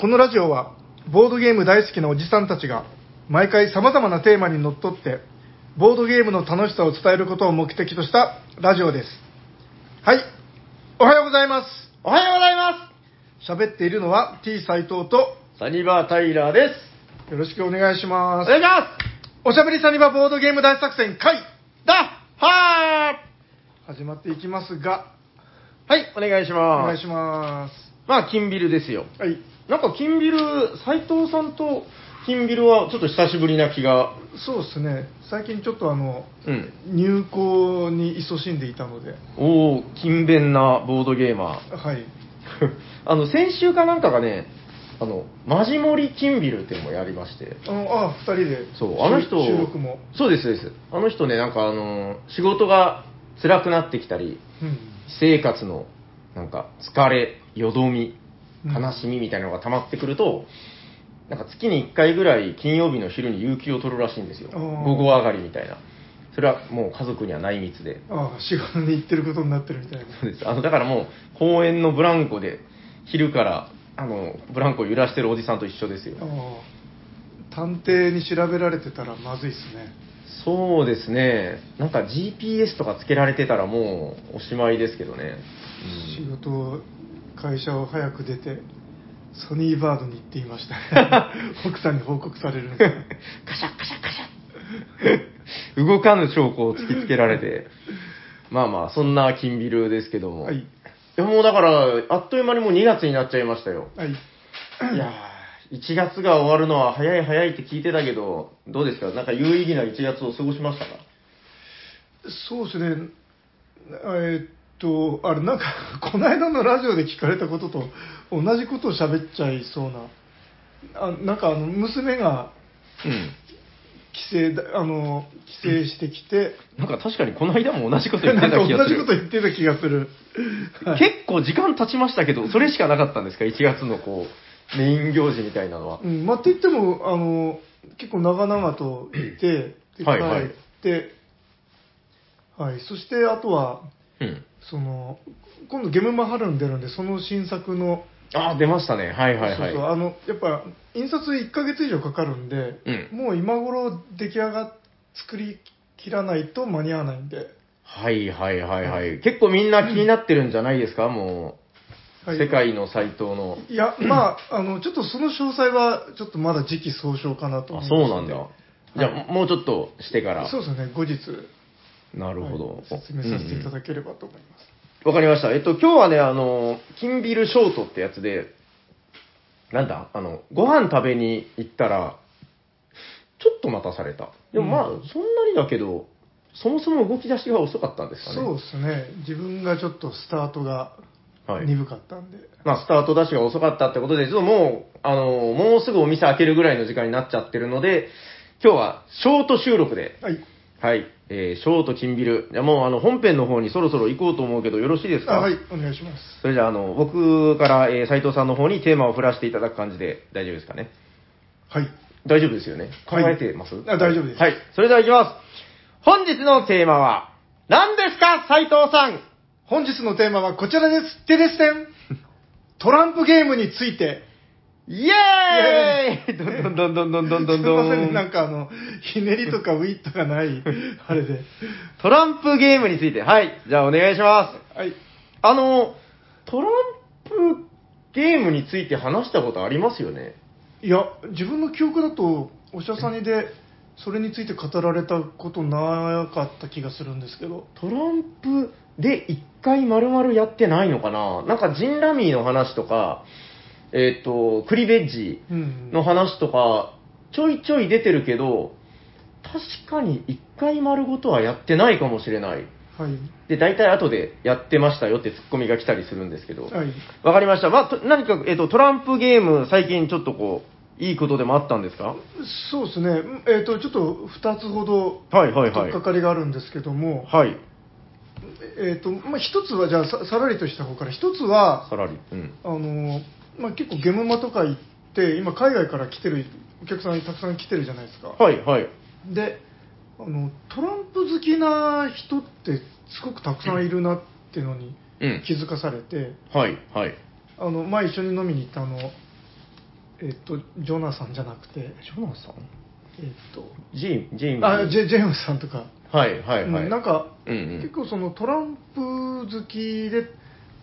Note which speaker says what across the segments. Speaker 1: このラジオはボードゲーム大好きなおじさんたちが毎回様々なテーマにのっとってボードゲームの楽しさを伝えることを目的としたラジオですはいおはようございます
Speaker 2: おはようございま
Speaker 1: 喋っているのは T 斎藤と
Speaker 2: すサニバータイラーです
Speaker 1: よろしくお願いしま
Speaker 2: お
Speaker 1: す
Speaker 2: 願いしま
Speaker 1: おしゃべりサニバボードゲーム大作戦会
Speaker 2: すだは
Speaker 1: 始まっていきますが
Speaker 2: ーはいお願いし
Speaker 1: お
Speaker 2: ます
Speaker 1: 願いしま
Speaker 2: まあ金ビルですよ
Speaker 1: すはい
Speaker 2: なんか金ビル斎藤さんと金ビルはちょっと久しぶりな気が
Speaker 1: そうですね最近ちょっとあの
Speaker 2: うん
Speaker 1: 入校に勤しんでいたので
Speaker 2: おお勤勉なボードゲーマー
Speaker 1: はい
Speaker 2: あの先週かなんかがねあのマジモリ金ビルっていうのもやりまして
Speaker 1: あのあ2人で
Speaker 2: そうあの
Speaker 1: 収
Speaker 2: 人
Speaker 1: 収録も
Speaker 2: そうですそうですあの人ねなんかあの仕事が辛くなってきたり
Speaker 1: うん
Speaker 2: 私生活のなんか疲れよどみ
Speaker 1: うん
Speaker 2: 悲しみみたいなのが溜まってくると、なんか月に1回ぐらい金曜日の昼に有給を取るらしいんですよ
Speaker 1: あー
Speaker 2: 午後上がりみたいなそれはもう家族には内密で
Speaker 1: ああ仕事に行ってることになってるみたいな
Speaker 2: そうですあのだからもう公園のブランコで昼からあのブランコを揺らしてるおじさんと一緒ですよ
Speaker 1: ああ探偵に調べられてたらまずいですね
Speaker 2: そうですねなんか GPS とかつけられてたらもうおしまいですけどね、うん
Speaker 1: 仕事を会社を早く出てソニーバードに行っていました奥さんに報告されるんですね
Speaker 2: カシャカシャカシャ動かぬ証拠を突きつけられてまあまあそんな金ビルですけども、
Speaker 1: はいい
Speaker 2: やもうだからあっという間にもう2月になっちゃいましたよ
Speaker 1: はい
Speaker 2: いやー1月が終わるのは早い早いって聞いてたけどどうですかなんか有意義な1月を過ごしましたか
Speaker 1: そうですねえーっとあれなんか この間のラジオで聞かれたことと同じことを喋っちゃいそうなあなんかあの娘が
Speaker 2: うん
Speaker 1: 帰省だあの帰省してきて、
Speaker 2: なんか確かにこの間も同じこと言っ
Speaker 1: な
Speaker 2: て
Speaker 1: んか
Speaker 2: た気が
Speaker 1: 同
Speaker 2: す
Speaker 1: じ
Speaker 2: る
Speaker 1: こと言ってた気がする、はい
Speaker 2: 結構時間経ちましたけどそれしかなかったんですか1月のこうメイン行事みたいなのは
Speaker 1: うん、まあって言ってもあの結構長々といてで帰って
Speaker 2: はいはい
Speaker 1: はいそしてあとは
Speaker 2: うん
Speaker 1: その今度ゲムマハルン出るんでその新作の
Speaker 2: ああ出ましたねはいはい
Speaker 1: そ
Speaker 2: は
Speaker 1: う
Speaker 2: い
Speaker 1: そうあのやっぱ印刷1ヶ月以上かかるんで、
Speaker 2: うん
Speaker 1: もう今頃出来上がっ作り切らないと間に合わないんで、
Speaker 2: はいはいはいはい。結構みんな気になってるんじゃないですか、もう。
Speaker 1: はい
Speaker 2: 世界の最頭の。
Speaker 1: い やまああのちょっとその詳細はちょっとまだ時期尚早かなと思
Speaker 2: あ
Speaker 1: います
Speaker 2: そうん
Speaker 1: で
Speaker 2: なんだ。じゃあ、
Speaker 1: はい
Speaker 2: もうちょっとしてから。
Speaker 1: そうですね後日
Speaker 2: なるほど。
Speaker 1: はい説明させていた
Speaker 2: うんうん
Speaker 1: だければと思います、
Speaker 2: わかりました。えっと、今日はね、あの、金ビルショートってやつで、なんだ、あの、ご飯食べに行ったら、ちょっと待たされた。でもまあ、
Speaker 1: う
Speaker 2: そんなにだけど、そもそも動き出しが遅かったんですかね。
Speaker 1: そうですね、自分がちょっとスタートが
Speaker 2: はい
Speaker 1: 鈍かったんで、
Speaker 2: まあ、スタートダッシュが遅かったってことで、ちょっともう、あのーもうすぐお店開けるぐらいの時間になっちゃってるので、今日はショート収録で、
Speaker 1: はい、
Speaker 2: はい、えー、ショート金ビル。いや、もうあの、本編の方にそろそろ行こうと思うけど、よろしいですか
Speaker 1: あはい、お願いします。
Speaker 2: それじゃあ、あの、僕から、えー、斉藤さんの方にテーマを振らせていただく感じで大丈夫ですかね。
Speaker 1: はい、
Speaker 2: 大丈夫ですよね。考
Speaker 1: はい
Speaker 2: えてます、
Speaker 1: あ大丈夫です
Speaker 2: はい。それでは行きます。本日のテーマは、何ですか、斉藤さん
Speaker 1: 本日のテーマはこちらです、テレステ ン、トランプゲームについて、
Speaker 2: イエーイどんどんどんどんどんど
Speaker 1: す
Speaker 2: ん
Speaker 1: み
Speaker 2: ど
Speaker 1: ま
Speaker 2: ん。
Speaker 1: せんね、なんかあの、ひねりとかウィットが ない、あれで、
Speaker 2: トランプゲームについて、はい、じゃあお願いします。
Speaker 1: はい、
Speaker 2: あの、トランプゲームについて話したことありますよね。
Speaker 1: いや、自分の記憶だと、おしゃさにで、それについて語られたことなかった気がするんですけど、
Speaker 2: トランプで一回丸々やってないのかななんかジンラミーの話とか、えっ、と、クリベッジ
Speaker 1: うん、
Speaker 2: の話とか、ちょいちょい出てるけど、確かに一回丸ごとはやってないかもしれない。
Speaker 1: はい、
Speaker 2: で、大体後でやってましたよってツッコミが来たりするんですけど。
Speaker 1: はい。
Speaker 2: わかりました。まあ、と何か、えっ、と、トランプゲーム、最近ちょっとこう、いいことでもあったんですか
Speaker 1: そうですね、うんえー、とちょっと2つほど
Speaker 2: はいはいは
Speaker 1: 取
Speaker 2: い
Speaker 1: っか。かりがあるんですけども、
Speaker 2: はい。
Speaker 1: えーとまあ、1つはじゃあささらりとした方から1つは
Speaker 2: さらり。うん。
Speaker 1: あの、まあ、結構ゲムマとか行って今海外から来てるお客さんたくさん来てるじゃないですか、
Speaker 2: はいはい。
Speaker 1: であのトランプ好きな人ってすごくたくさんいるなっていうのに
Speaker 2: うん。
Speaker 1: 気づかされて、
Speaker 2: はいはい。
Speaker 1: あの前一緒に飲みに行ったあのえっと、ジョナサンじゃなくて、えっ
Speaker 2: ジョナサン
Speaker 1: と、
Speaker 2: ジージーム
Speaker 1: あジェジェームスさんとか、
Speaker 2: はいはいはい。
Speaker 1: うんなんか、
Speaker 2: うんうん
Speaker 1: 結構そのトランプ好きで、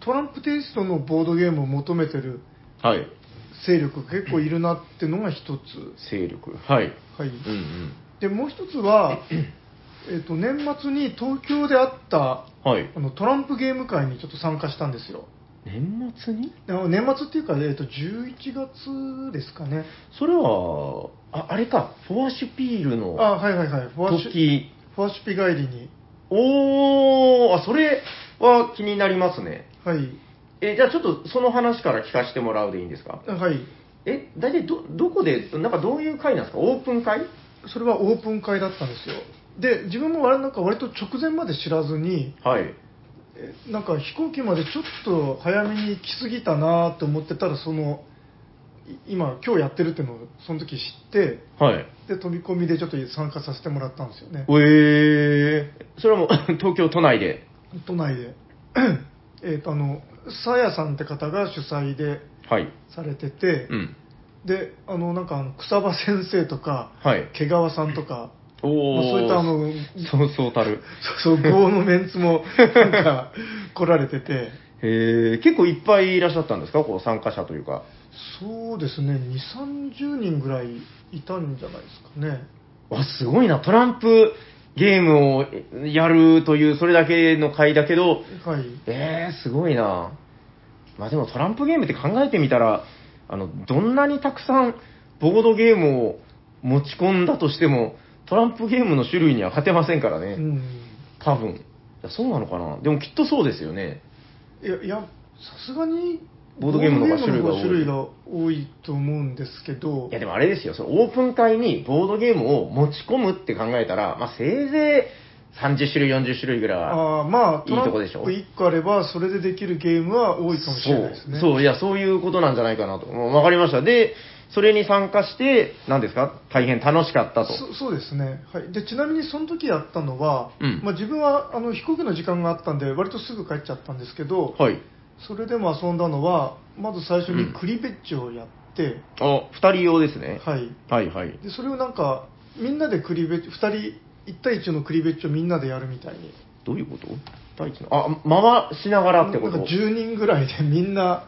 Speaker 1: トランプテイストのボードゲームを求めてる
Speaker 2: はい。
Speaker 1: 勢力が結構いるなってのが一つ、
Speaker 2: 勢力。はい。
Speaker 1: はい、
Speaker 2: うん
Speaker 1: でもう一つは、えっと、年末に東京であった
Speaker 2: うん。はい。
Speaker 1: あのトランプゲーム会にちょっと参加したんですよ。
Speaker 2: 年末に
Speaker 1: で年末っていうか、えっと、11月ですかね。
Speaker 2: それは、あ、あれか、フォアシュピールの
Speaker 1: あ、はいはいはい。フォアシュ
Speaker 2: 時。
Speaker 1: フォアシュピ帰りに。
Speaker 2: おー、あ、それは気になりますね。
Speaker 1: はい。
Speaker 2: え、じゃあちょっとその話から聞かせてもらうでいいんですか
Speaker 1: はい。
Speaker 2: え、大体ど、どこで、なんかどういう会なんですかオープン会
Speaker 1: それはオープン会だったんですよ。で、自分も割なんか割と直前まで知らずに、
Speaker 2: はい。
Speaker 1: えなんか飛行機までちょっと早めに来すぎたなと思ってたら、その、い今、今日やってるっていうのをその時知って、
Speaker 2: はい。
Speaker 1: で、飛び込みでちょっと参加させてもらったんですよね。
Speaker 2: えー、それはもう 東京都内で。
Speaker 1: 都内で。えっと、あの、さやさんって方が主催で
Speaker 2: はい。
Speaker 1: されてて、
Speaker 2: うん。
Speaker 1: で、あの、なんかあの、草場先生とか、
Speaker 2: はい。
Speaker 1: 毛川さんとか、
Speaker 2: お
Speaker 1: まあ
Speaker 2: ー、
Speaker 1: そういったあの、
Speaker 2: そうそうたる。
Speaker 1: そう そう、豪のメンツも、なんか、来られてて、
Speaker 2: えー、結構いっぱいいらっしゃったんですかこう参加者というか。
Speaker 1: そうですね、2、30人ぐらいいたんじゃないですかね。
Speaker 2: わ、すごいな。トランプゲームをやるという、それだけの会だけど、
Speaker 1: はい。
Speaker 2: えー、すごいな。まあでもトランプゲームって考えてみたら、あの、どんなにたくさんボードゲームを持ち込んだとしても、トランプゲームの種類には勝てませんから
Speaker 1: う
Speaker 2: ね。
Speaker 1: ん。
Speaker 2: 多分。いやそうなのかなでもきっとそうですよね。
Speaker 1: いや、いや、さすがに、
Speaker 2: ボードゲームの方
Speaker 1: ボー
Speaker 2: が
Speaker 1: ドゲームの方が
Speaker 2: 種
Speaker 1: 種
Speaker 2: 類
Speaker 1: 類
Speaker 2: が
Speaker 1: が多いと思うんですけど
Speaker 2: いや、でもあれですよ、そのオープン会にボードゲームを持ち込むって考えたら、まあ、せいぜい30種類、40種類ぐらいは。
Speaker 1: あーまあ、
Speaker 2: いいとこでしょ
Speaker 1: トランプ1個あれば、それでできるゲームは多いかもしれないですね。
Speaker 2: そう、そう、いや、そういうことなんじゃないかなと。もうわかりました。で、それに参加して、何ですか大変楽しかったと。
Speaker 1: そそうですね、はい、でちなみにその時やったのは、
Speaker 2: うん
Speaker 1: まあ、自分はあの飛行機の時間があったんで、割とすぐ帰っちゃったんですけど、
Speaker 2: はい。
Speaker 1: それでも遊んだのは、まず最初
Speaker 2: うん
Speaker 1: にクリベッジをやって、
Speaker 2: あ、二人用ですね。
Speaker 1: はい、
Speaker 2: はい、はい。
Speaker 1: でそれをなんか、みんなでクリベッジ、2人、1対1のクリベッジをみんなでやるみたいに、
Speaker 2: どういうこと大一の。あ、回しながらってこ
Speaker 1: なん
Speaker 2: と
Speaker 1: か10人ぐらいで みんな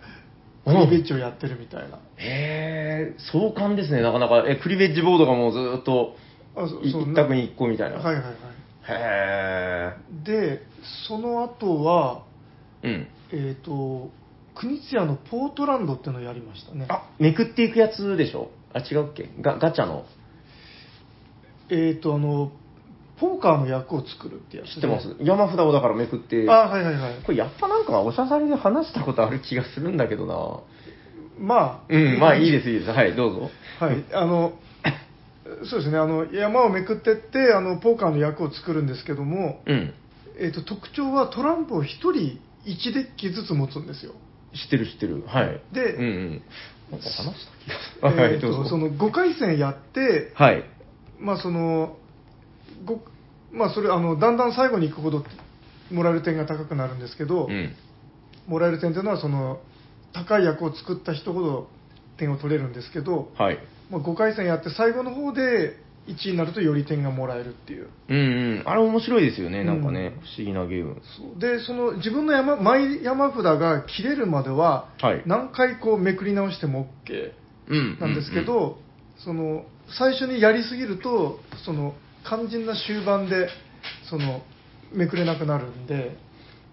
Speaker 1: クリベッジをやってるみたいな。
Speaker 2: へえ、壮観ですね、なかなか。え、クリベッジボードがもうずーっと、
Speaker 1: あそ
Speaker 2: い一択に一個みたいな。
Speaker 1: はいはいはい
Speaker 2: へ
Speaker 1: でその後は
Speaker 2: え。うん。
Speaker 1: えっ、と国津屋のポートランドっていうのをやりましたね
Speaker 2: あ、めくっていくやつでしょあ、違うっけガガチャの。
Speaker 1: えっ、とあのポーカーの役を作るってやつで
Speaker 2: 知ってます、山札をだからめくって。
Speaker 1: あはいはいはい
Speaker 2: これやっぱなんかおしゃさりで話したことある気がするんだけどな。
Speaker 1: まあ
Speaker 2: うん、まあいいです、
Speaker 1: す
Speaker 2: いいです。はい、どうぞ。
Speaker 1: はいあの そうですねあの山をめくってってあのポーカーの役を作るんですけども、
Speaker 2: うん。
Speaker 1: えー、と特徴はトランプを1人1デッキずつ持つんですよ
Speaker 2: 知ってる知ってる。はい。
Speaker 1: で
Speaker 2: うんうん。なんか話した気がする。は
Speaker 1: え
Speaker 2: い、
Speaker 1: ー
Speaker 2: どう
Speaker 1: と
Speaker 2: ぞ。
Speaker 1: その5回戦やって、
Speaker 2: はい。
Speaker 1: まあそのごまあそれあのだんだん最後に行くほどもらえる点が高くなるんですけど、
Speaker 2: うん。
Speaker 1: もらえる点というのはその高い役を作った人ほど点を取れるんですけど、
Speaker 2: はい。
Speaker 1: まあ、5回戦やって最後の方で1位になるとより点がもらえるっていう
Speaker 2: うんうん。あれ面白いですよね、なんか
Speaker 1: う
Speaker 2: ね。
Speaker 1: ん
Speaker 2: 不思議なゲーム。
Speaker 1: そうでその自分の山マイ山札が切れるまでは
Speaker 2: はい。
Speaker 1: 何回こうめくり直しても OK
Speaker 2: うん
Speaker 1: なんですけど、
Speaker 2: う
Speaker 1: その最初にやりすぎるとその肝心な終盤でそのめくれなくなるんで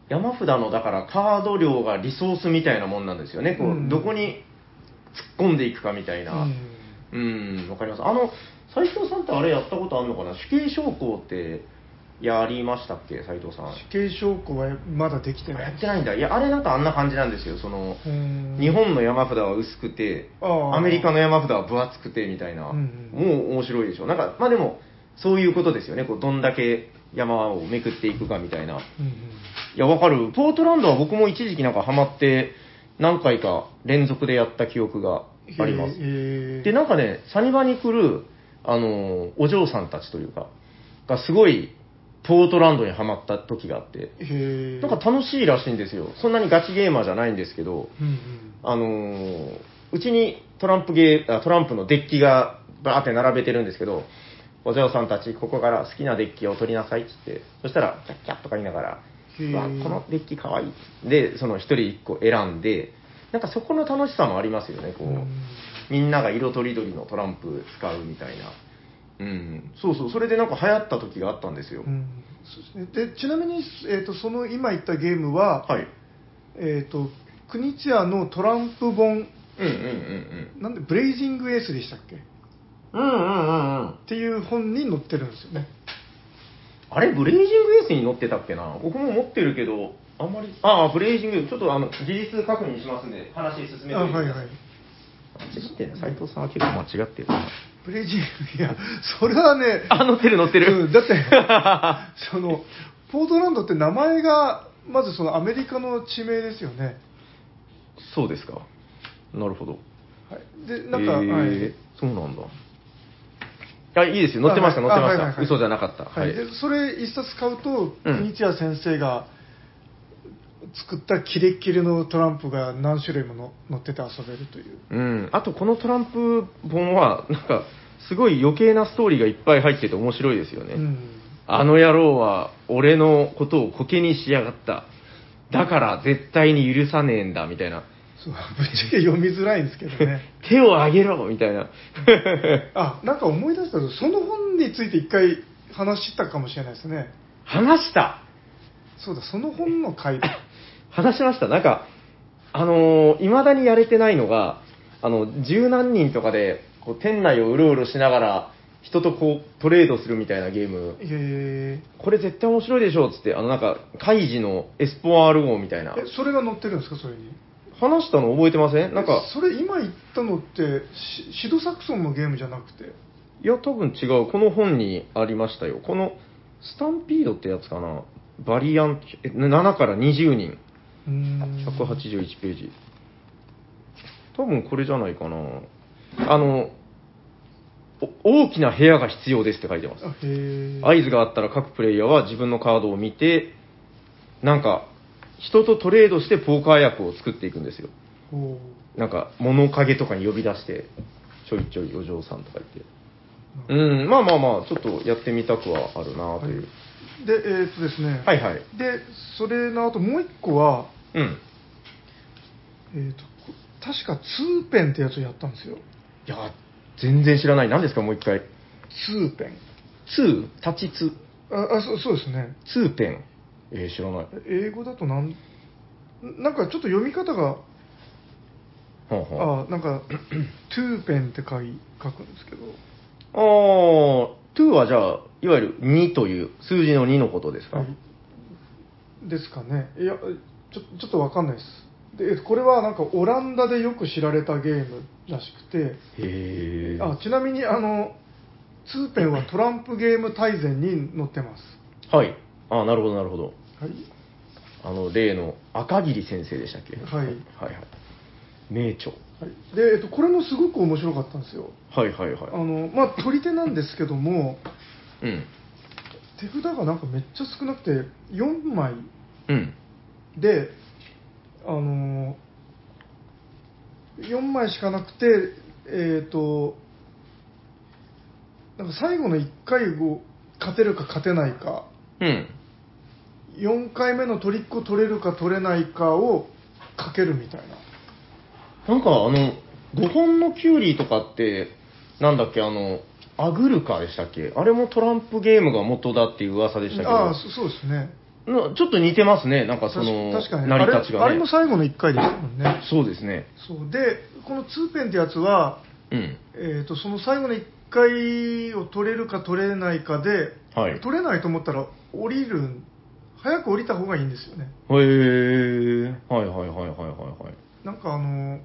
Speaker 2: 山札のだからカード量がリソースみたいなもんなんですよね、こう
Speaker 1: うん
Speaker 2: どこに突っ込んでいくかみたいな、
Speaker 1: うん
Speaker 2: うん、わかります、あの斉藤さんってあれやったことあるのかな、手形将校ってやりましたっけ、斉藤さん、あ
Speaker 1: 死刑証拠はまだできてな
Speaker 2: や
Speaker 1: い
Speaker 2: ってないんだ、いや、あれなんかあんな感じなんですよ、その
Speaker 1: うん
Speaker 2: 日本の山札は薄くて、
Speaker 1: あー
Speaker 2: アメリカの山札は分厚くてみたいな、
Speaker 1: うんうん
Speaker 2: もう面白いでしょ、なんか、まあでも、そういうことですよね、こうどんだけ山をめくっていくかみたいな。
Speaker 1: うんうん
Speaker 2: いや、わかる。ポートランドは僕も一時期なんかハマって、何回か連続でやった記憶があります。
Speaker 1: へー
Speaker 2: で、なんかね、サニバに来る、あのーお嬢さんたちというか、がすごい、ポートランドにハマった時があって、
Speaker 1: へー
Speaker 2: なんか楽しいらしいんですよ。そんなにガチゲーマーじゃないんですけど、
Speaker 1: うんうん
Speaker 2: あのーうちにトランプゲー、あトランプのデッキがバーって並べてるんですけど、お嬢さんたち、ここから好きなデッキを取りなさいって言って、そしたら、キャッキャッとか言いながら、
Speaker 1: へー
Speaker 2: うわ、このデッキかわいい。で、その一人一個選んで、なんかそこの楽しさもありますよね、こう。みんなが色とりどりのトランプ使うみたいな。うん。そうそう、それでなんか流行った時があったんですよ。
Speaker 1: うんそうですねでちなみに、えー、とその今言ったゲームは、
Speaker 2: はい。
Speaker 1: えー、と国チアのトランプ本
Speaker 2: うんうん
Speaker 1: なんでブレイジングエースでしたっけっ
Speaker 2: うんうん。うんうんうんうん。
Speaker 1: ていう本に載ってるんですよね
Speaker 2: あれ、ブレイジングエースに乗ってたっけな僕も持ってるけど、あんまり。ああ、ブレイジング、ちょっとあの、事実確認しますんで、話進めて
Speaker 1: あはいはい
Speaker 2: 間違ってる斎藤さんは結構間違ってる。
Speaker 1: ブレイジングいやそれはね
Speaker 2: あ、乗ってる乗って
Speaker 1: う
Speaker 2: る。
Speaker 1: んだ ってそのポートランドって名前がまずそのアメリカの地名ですよね、
Speaker 2: そうですか。なるほど。
Speaker 1: はい、でなんか、
Speaker 2: えー
Speaker 1: はい
Speaker 2: そうなんだ。あ、いいですよ。乗ってました、
Speaker 1: あ
Speaker 2: 乗ってま
Speaker 1: あはい
Speaker 2: し
Speaker 1: はい
Speaker 2: た。
Speaker 1: はい
Speaker 2: 嘘じゃなかった。
Speaker 1: は、
Speaker 2: はいい。
Speaker 1: でそれ一冊買うと、
Speaker 2: うん
Speaker 1: 国千谷先生が作ったキレッキレのトランプが何種類もの乗ってて遊べるという
Speaker 2: うん。あと、このトランプ本は、なんか、すごい余計なストーリーがいっぱい入ってて面白いですよね。
Speaker 1: うん、
Speaker 2: あの野郎は俺のことをコケにしやがった。だから絶対に許さねえんだ、みたいな。
Speaker 1: そうぶっちゃけ読みづらいんですけど ね
Speaker 2: 手を挙げろみたいな。
Speaker 1: あなんか思い出したぞその本について一回話したかもしれないですね
Speaker 2: 話した
Speaker 1: そうだその本の回だ
Speaker 2: 話しました。なんか、あのー、未だにやれてないのが、あの、十何人とかで、こう、店内をうろうろしながら、人とこう、トレードするみたいなゲーム。
Speaker 1: えー
Speaker 2: これ絶対面白いでしょっつって、あの、なんか、カイジのエスポワール号みたいな
Speaker 1: え。それが載ってるんですかそれに
Speaker 2: 話したの覚えてませんなんか、
Speaker 1: それ今言ったのってシシドサクソンのゲームじゃなくて
Speaker 2: いや、多分違う。この本にありましたよ。この、スタンピードってやつかな。バリアン、え7から20人。
Speaker 1: うーん
Speaker 2: 181ページ。多分これじゃないかな。あの、お大きな部屋が必要ですって書いてます。
Speaker 1: あへー
Speaker 2: 合図があったら各プレイヤーは自分のカードを見て、なんか、人とトレードしてポーカー役を作っていくんですよ。
Speaker 1: ほ
Speaker 2: なんか、物陰とかに呼び出して、ちょいちょいお嬢さんとか言って。
Speaker 1: う
Speaker 2: うん、まあまあまあ、ちょっとやってみたくはあるなという。
Speaker 1: でえーっとですね、
Speaker 2: はいはい。
Speaker 1: でそれの後もう一個は、
Speaker 2: うん。
Speaker 1: えーっとこ確かツーペンってやつをやったんですよ
Speaker 2: いや、全然知らない。何ですか、もう一回。
Speaker 1: ツーペン
Speaker 2: ツー、立ちつ、
Speaker 1: ああそうそうですね
Speaker 2: ツーペン。えー、知らない。
Speaker 1: 英語だとなんなんかちょっと読み方が
Speaker 2: はんはん
Speaker 1: あなんか トゥーペンって書い書くんですけど
Speaker 2: あー、トゥーはじゃあ、いわゆる2という、数字の2のことですか、
Speaker 1: ですかねいやちょちょっとわかんないですでこれはなんかオランダでよく知られたゲームらしくて
Speaker 2: へー。
Speaker 1: あちなみにあのツーペンはトランプゲーム大全に載ってます、
Speaker 2: はい。あー、なるほど、なるほど。
Speaker 1: はい、
Speaker 2: あの、例の赤桐先生でしたっけ
Speaker 1: はい
Speaker 2: はいはい。名著。
Speaker 1: はいで、えっと、これもすごく面白かったんですよ
Speaker 2: はいはい
Speaker 1: あ
Speaker 2: はい。
Speaker 1: のまあ取り手なんですけども
Speaker 2: うん。
Speaker 1: 手札がなんかめっちゃ少なくて4枚
Speaker 2: うん。
Speaker 1: であの4枚しかなくてえっ、となんか最後の1回を勝てるか勝てないか
Speaker 2: うん。
Speaker 1: 4回目のトリックを取れるか取れないかをかけるみたいな
Speaker 2: なんかあの、5本のキュウリとかって、なんだっけ、あの、アグルカでしたっけあれもトランプゲームが元だっていう噂でしたけど、
Speaker 1: ああそそうですね
Speaker 2: なちょっと似てますね、なんかそ
Speaker 1: 確
Speaker 2: の、
Speaker 1: 確かに
Speaker 2: 成り立ち
Speaker 1: あ
Speaker 2: が
Speaker 1: れあれ
Speaker 2: ね
Speaker 1: も。最後の1回でしたもんね
Speaker 2: そうですね。
Speaker 1: そうでこの2ペンってやつは、
Speaker 2: うん。
Speaker 1: えー、とその最後の1回を取れるか取れないかで
Speaker 2: はい。へ
Speaker 1: 取れないと思ったら降りるん早く降りた方がいいんですよね
Speaker 2: ー。はいはいはいはいはいはい。
Speaker 1: なんかあの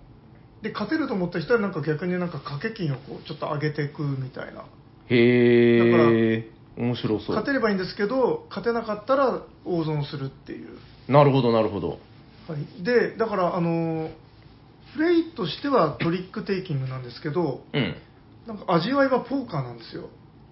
Speaker 1: で勝てると思った人はなんか逆になんか掛け金をこうちょっと上げていくみたいな
Speaker 2: へえ。面白そ
Speaker 1: 勝て
Speaker 2: う。
Speaker 1: ればいいんですけど勝てなかったら大損するっていう、
Speaker 2: なるほどなるほど。
Speaker 1: はい、でだからあのプレイとしてはトリックテイキングなんですけど
Speaker 2: うん。
Speaker 1: なんか味わいはポーカーなんですよ、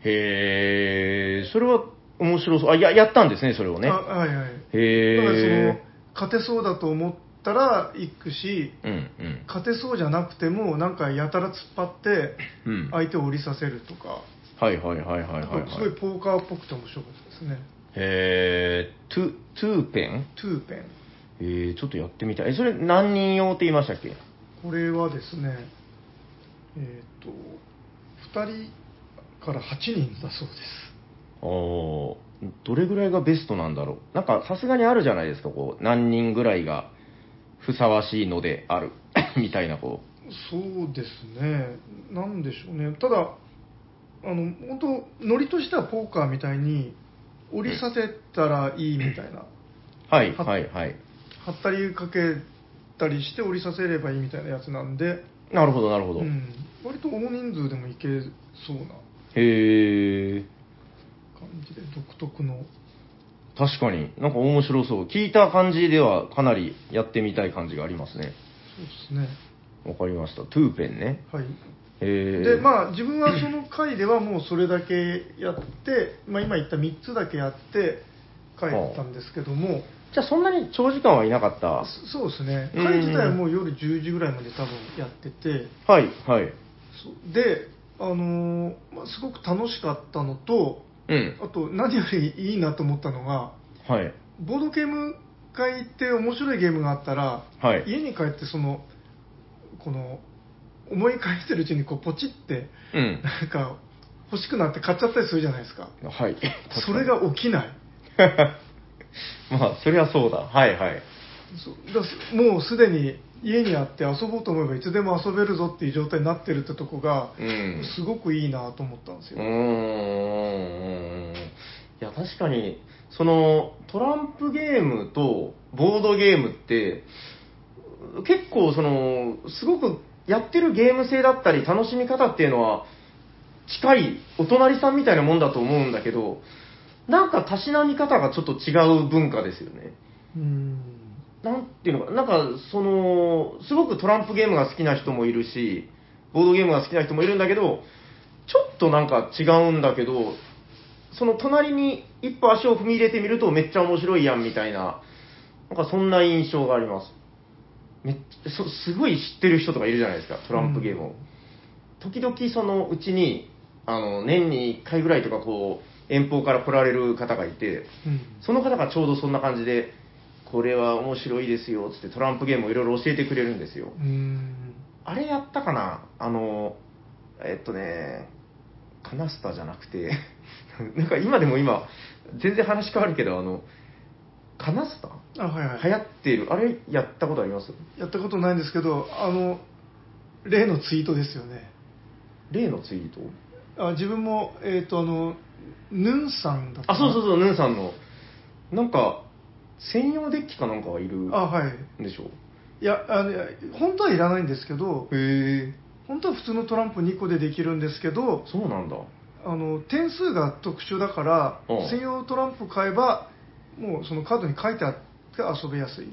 Speaker 2: へえ。それは面白そう。あ、や、やったんですね、それをね。
Speaker 1: あはいはい
Speaker 2: へ
Speaker 1: だからそ
Speaker 2: え
Speaker 1: の。勝てそうだと思っったら行くし
Speaker 2: うんうん
Speaker 1: 勝てそうじゃなくてもなんかやたら突っ張って
Speaker 2: うんはい
Speaker 1: 相手を降りさせるとか、
Speaker 2: はいはいはいはい
Speaker 1: なん
Speaker 2: はい
Speaker 1: かすごいポーカーっぽくて面白かったですね
Speaker 2: へえトゥトゥーペン
Speaker 1: トゥーペン
Speaker 2: えー、ちょっとやってみたいえそれ何人用って言いましたっけ
Speaker 1: これはですねえっ、と2人から8人だそうです
Speaker 2: あーどれぐらいがベストなんだろうなんかさすがにあるじゃないですかこう何人ぐらいがふさわしいのである みたいなこ
Speaker 1: そうですねなんでしょうねただあの本当ノリとしてはポーカーみたいに折りさせたらいいみたいな
Speaker 2: うはい
Speaker 1: は
Speaker 2: はいはい
Speaker 1: 張ったりかけたりして折りさせればいいみたいなやつなんで、
Speaker 2: なるほどなるほど、
Speaker 1: うん、割と大人数でもいけそうな
Speaker 2: へえ
Speaker 1: 感じで独特の
Speaker 2: 確かになんか面白そう聞いた感じではかなりやってみたい感じがありますね
Speaker 1: そうですね
Speaker 2: わかりましたトゥーペンね
Speaker 1: はい
Speaker 2: へえ
Speaker 1: でまあ自分はその回ではもうそれだけやって、まあ、今言った3つだけやって帰ったんですけども、
Speaker 2: じゃあそんなに長時間はいなかったは
Speaker 1: そそうですね
Speaker 2: うん
Speaker 1: 会自体はもう夜10時ぐらいまで多分やってて
Speaker 2: いはい
Speaker 1: そうであのーまあ、すごく楽しかったのと
Speaker 2: うん
Speaker 1: あと何よりいいなと思ったのが
Speaker 2: はい
Speaker 1: ボードゲーム会行って面白いゲームがあったら、
Speaker 2: はい
Speaker 1: 家に帰ってそのこの思い返してるうちにこうポチって
Speaker 2: うん
Speaker 1: なんか欲しくなって買っちゃったりするじゃないですか
Speaker 2: はい
Speaker 1: それが起きない
Speaker 2: まあそりゃそうだはいはい
Speaker 1: そうだすもうすでに家にあって遊ぼうと思えばいつでも遊べるぞっていう状態になってるってとこが
Speaker 2: うん
Speaker 1: すごくいいなと思ったんです
Speaker 2: う
Speaker 1: よ、
Speaker 2: ーんいや確かにそのトランプゲームとボードゲームって結構そのすごくやってるゲーム性だったり楽しみ方っていうのは近いお隣さんみたいなもんだと思うんだけどなんかたしなみ方がちょっと違う文化ですよね
Speaker 1: うん
Speaker 2: なんていうのかな、なんかその、すごくトランプゲームが好きな人もいるし、ボードゲームが好きな人もいるんだけど、ちょっとなんか違うんだけど、その隣に一歩足を踏み入れてみるとめっちゃ面白いやんみたいな、なんかそんな印象があります。めっそすごい知ってる人とかいるじゃないですか、トランプゲームを。
Speaker 1: うん
Speaker 2: 時々そのうちに、あの、年に1回ぐらいとかこう、遠方から来られる方がいて、
Speaker 1: うん
Speaker 2: その方がちょうどそんな感じで、これは面白いですよっつってトランプゲームをいろいろ教えてくれるんですよ。
Speaker 1: うん
Speaker 2: あれやったかなあの、えっとね、カナスタじゃなくて、 なんか今でも今、全然話変わるけど、あの、カナスタ
Speaker 1: あはいはい
Speaker 2: 流行っている、あれやったことあります
Speaker 1: やったことないんですけどあの例のツイートですよね
Speaker 2: 例のツイート
Speaker 1: あ自分もえっ、とあのヌンさんだった
Speaker 2: あ、そうそう
Speaker 1: う
Speaker 2: そう、ヌンさんの、なんか、専用デッキかなんかがいるん
Speaker 1: あはい
Speaker 2: でしょ
Speaker 1: いやあのいや本当はいらないんですけど
Speaker 2: へえ、
Speaker 1: 本当は普通のトランプ2個でできるんですけど
Speaker 2: そうなんだ。
Speaker 1: あの点数が特殊だから
Speaker 2: うん
Speaker 1: 専用トランプ買えばもうそのカードに書いてあって遊べやすい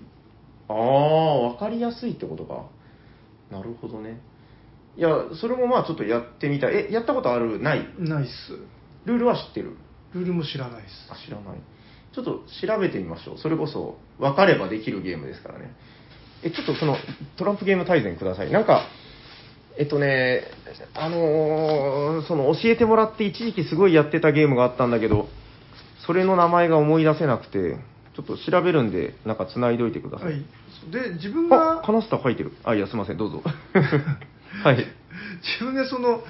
Speaker 2: ああ、わかりやすいってことか。なるほどね。いや、それもまあちょっとやってみたい。え、やったことあるない
Speaker 1: ナイス
Speaker 2: ルールは知ってる
Speaker 1: ルールも知らないです
Speaker 2: あ、知らない。ちょっと調べてみましょう。それこそ、分かればできるゲームですからね。え、ちょっとその、トランプゲーム大全ください。なんか、えっとね、あのーその、教えてもらって一時期すごいやってたゲームがあったんだけど、それの名前が思い出せなくて、ちょっと調べるんで、なんか繋いでおいてくださ
Speaker 1: はいいで自分
Speaker 2: あ
Speaker 1: が、
Speaker 2: カナスタ書いてる。あ、いや、すいません、ど うぞ。はい。
Speaker 1: 自分がその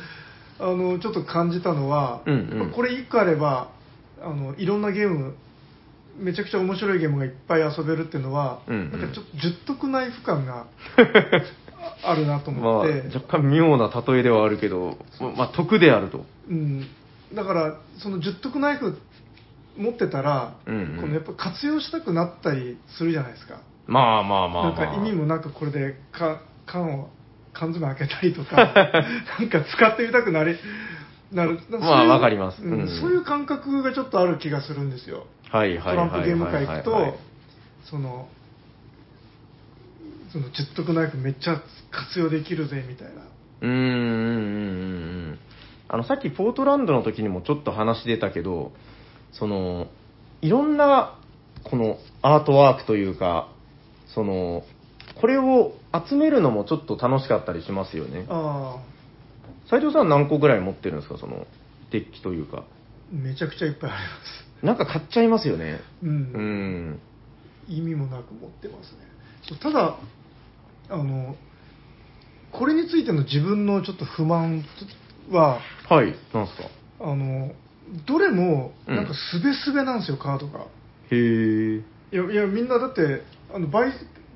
Speaker 1: あのちょっと感じたのは、
Speaker 2: うんうん
Speaker 1: やっぱこれ1個あればあのいろんなゲームめちゃくちゃ面白いゲームがいっぱい遊べるっていうのは、
Speaker 2: うんうん
Speaker 1: なんかちょっと十徳ナイフ感 がああるなと
Speaker 2: ま
Speaker 1: 思
Speaker 2: あ
Speaker 1: って、、
Speaker 2: 若干妙な例えではあるけど、ままあ、得であると。
Speaker 1: うん、だからその十徳ナイフ持ってたら、
Speaker 2: うんうん
Speaker 1: このやっぱ活用したくなったりするじゃないですか、
Speaker 2: まあまあまあ、まあ。
Speaker 1: なんか意味もなくこれでか缶を缶詰開けたりとか なんか使ってみたくなりなる
Speaker 2: まあ
Speaker 1: そういう
Speaker 2: わかります
Speaker 1: うん
Speaker 2: うん
Speaker 1: そういう感覚がちょっとある気がするんですよ
Speaker 2: はい
Speaker 1: ト
Speaker 2: はい
Speaker 1: ラ
Speaker 2: は
Speaker 1: ン
Speaker 2: い
Speaker 1: プ
Speaker 2: はいはい。
Speaker 1: ゲーム会行く
Speaker 2: は
Speaker 1: と
Speaker 2: い
Speaker 1: そのその十徳ナイフめっちゃ活用できるぜみたいな
Speaker 2: うーん、うん、うんうん。あの、さっきポートランドの時にもちょっと話出たけど、その、いろんな、このアートワークというか、その、これを集めるのもちょっと楽しかったりしますよね。
Speaker 1: ああ
Speaker 2: 斉藤さん何個ぐらい持ってるんですか、その、デッキというか。
Speaker 1: めちゃくちゃいっぱいあり
Speaker 2: なんか買っちゃいますよね。
Speaker 1: ますう、
Speaker 2: うんん。
Speaker 1: 意味もなく持ってますねそうただあのこれについての自分のちょっと不満は
Speaker 2: はい、なんすか。
Speaker 1: あのどれも
Speaker 2: うん
Speaker 1: なんかすべすべなんですよ、カードが
Speaker 2: へえ。
Speaker 1: いやいやみんなだってあのバイ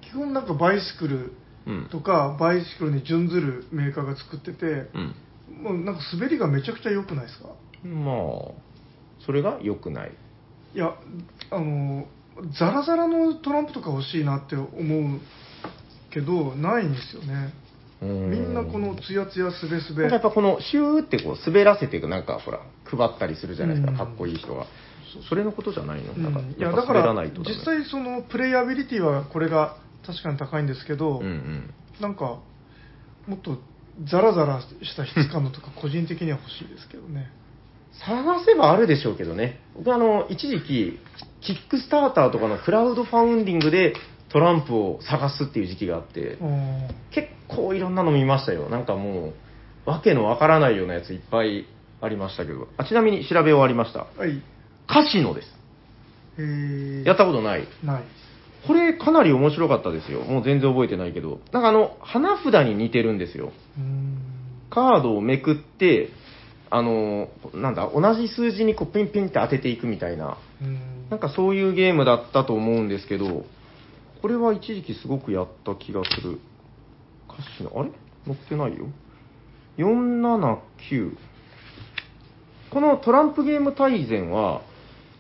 Speaker 1: 基本なんかバイシクル
Speaker 2: うん。
Speaker 1: とかバイシクルに準ずるメーカーが作ってて、もうなんか滑りがめちゃくちゃ良くないですか
Speaker 2: うん。まあ、それが良くない。
Speaker 1: いやあのザラザラのトランプとか欲しいなって思うけどないんですよね
Speaker 2: み
Speaker 1: みんなこのツヤツヤすべすべ
Speaker 2: なんかやっぱこのシューってこう滑らせていくなんかほら配ったりするじゃないですか、
Speaker 1: うん
Speaker 2: かっこいい人がそれのことじゃないの、なんか
Speaker 1: うんいや
Speaker 2: やっぱ
Speaker 1: だか
Speaker 2: 滑
Speaker 1: ら
Speaker 2: らないとダメ
Speaker 1: 実際そのプレイアビリティはこれが確かに高いんですけど、
Speaker 2: うんうん
Speaker 1: なんかもっとザラザラした質感のとか個人的には欲しいですけどね
Speaker 2: 探せばあるでしょうけどね僕あの一時期キックスターターとかのクラウドファウンディングでトランプを探すっていう時期があって
Speaker 1: うん
Speaker 2: 結構いろんなの見ましたよなんかもうわけのわからないようなやついっぱいありましたけどあちなみに調べ終わりました
Speaker 1: はい
Speaker 2: カシノです
Speaker 1: えー、
Speaker 2: やったことない
Speaker 1: ない
Speaker 2: これかなり面白かったですよ。もう全然覚えてないけど。なんかあの、花札に似てるんですよ。
Speaker 1: うーん
Speaker 2: カードをめくって、あの、なんだ、同じ数字にこうピンピンって当てていくみたいな。
Speaker 1: うーん
Speaker 2: なんかそういうゲームだったと思うんですけど、これは一時期すごくやった気がする。歌詞の、あれ載ってないよ。479。このトランプゲーム大全は、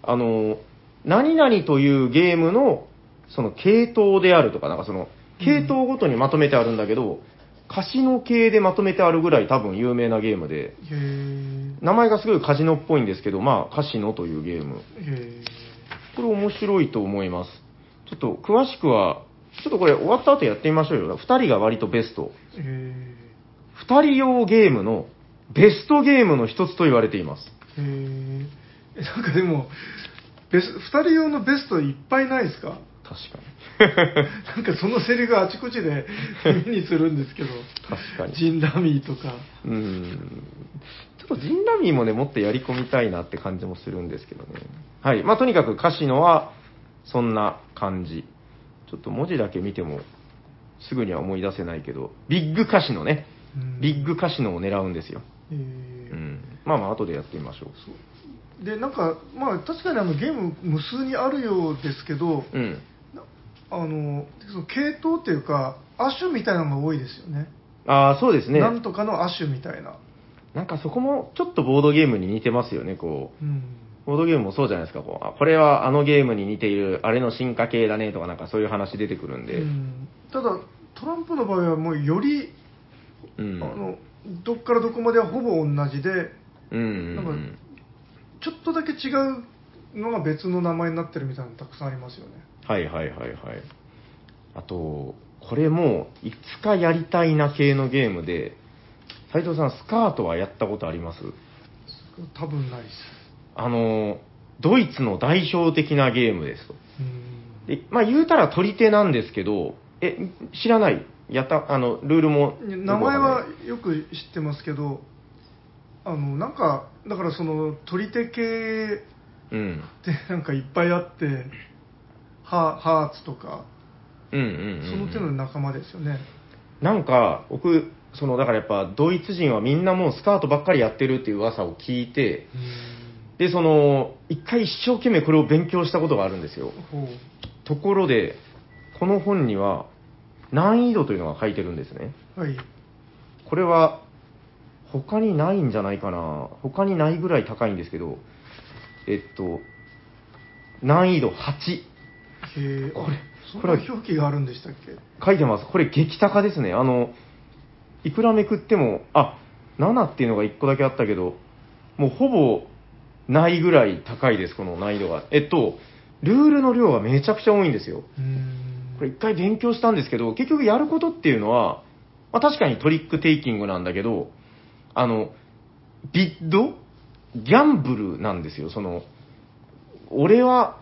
Speaker 2: あの、何々というゲームの、その系統であるとか、なんかその、
Speaker 1: うん
Speaker 2: 系統ごとにまとめてあるんだけど、カジノ系でまとめてあるぐらい多分有名なゲームで、
Speaker 1: へー
Speaker 2: 名前がすごいカジノっぽいんですけど、まあ、カシノというゲーム。
Speaker 1: へ
Speaker 2: これ面白いと思います。ちょっと詳しくは、ちょっとこれ終わった後やってみましょうよ。2人が割とベスト。
Speaker 1: ーへ
Speaker 2: 2人用ゲームのベストゲームの一つと言われています。
Speaker 1: ーへーえなんかでもベス2人用のベストいっぱいないですか
Speaker 2: 確かに。
Speaker 1: なんかそのセリフあちこちで耳にするんですけど
Speaker 2: 確かに
Speaker 1: ジンダミーとか
Speaker 2: うーん。ちょっとジンラミーもね、もっとやり込みたいなって感じもするんですけどね。はい。まあ、とにかくカシノは、そんな感じ。ちょっと文字だけ見ても、すぐには思い出せないけど、ビッグカシノね。
Speaker 1: うん
Speaker 2: ビッグカシノを狙うんですよ。
Speaker 1: えー
Speaker 2: うん。まあまあ、後でやってみましょう。
Speaker 1: そうでなんかまあ確かにあのゲーム無数にあるようですけど、
Speaker 2: うん。
Speaker 1: なあのその系統っていうか亜種みたいなのが多いですよね
Speaker 2: ああ、そうですね。
Speaker 1: なんとかの亜種みたいな、
Speaker 2: なんかそこもちょっとボードゲームに似てますよね、こう。
Speaker 1: うん、
Speaker 2: ボードゲームもそうじゃないですか、こう。あ、これはあのゲームに似ている、あれの進化系だね、とかなんかそういう話出てくるんで。
Speaker 1: う
Speaker 2: うん。
Speaker 1: んただトランプの場合はもうより、
Speaker 2: うん。
Speaker 1: あのどっからどこまではほぼ同じで
Speaker 2: うんうんう
Speaker 1: なんんかちょっとだけ違うのが別の名前になってるみたいなのたくさんありますよね
Speaker 2: はいはいはいはい。あと、これも、いつかやりたいな系のゲームで、斉藤さん、スカートはやったことあります
Speaker 1: 多分ないです
Speaker 2: あの、ドイツの代表的なゲームですと。
Speaker 1: うん
Speaker 2: でまあ言うたら取り手なんですけど、え、知らないやった、あの、ルールも。
Speaker 1: 名前は
Speaker 2: よくわかんない
Speaker 1: よく知ってますけどあのなんかだからその取り手系
Speaker 2: うん。
Speaker 1: でなんかいっぱいあってハハーツとか
Speaker 2: うんうん
Speaker 1: そ
Speaker 2: うんうん、
Speaker 1: の手の仲間ですよね、
Speaker 2: なんか、僕、その、だからやっぱ、ドイツ人はみんなもうスカートばっかりやってるっていう噂を聞いて、で、その、一回一生懸命これを勉強したことがあるんですよ。
Speaker 1: ほ
Speaker 2: ところで、この本には、難易度というのが書いてるんですね。
Speaker 1: うはい
Speaker 2: これは、他にないんじゃないかな。他にないぐらい高いんですけど、えっと、難易度8。
Speaker 1: へえ
Speaker 2: これ
Speaker 1: そん
Speaker 2: こ
Speaker 1: な
Speaker 2: れは
Speaker 1: 表記があるんでしたっけ
Speaker 2: 書いてます。これ激高ですね。あの、いくらめくっても、あ、7っていうのが1個だけあったけど、もうほぼないぐらい高いです、この難易度が。えっと、ルールの量がめちゃくちゃ多いんですよ。
Speaker 1: うん
Speaker 2: これ一回勉強したんですけど、結局やることっていうのは、まあ確かにトリックテイキングなんだけど、あの、ビッドギャンブルなんですよ、その、俺は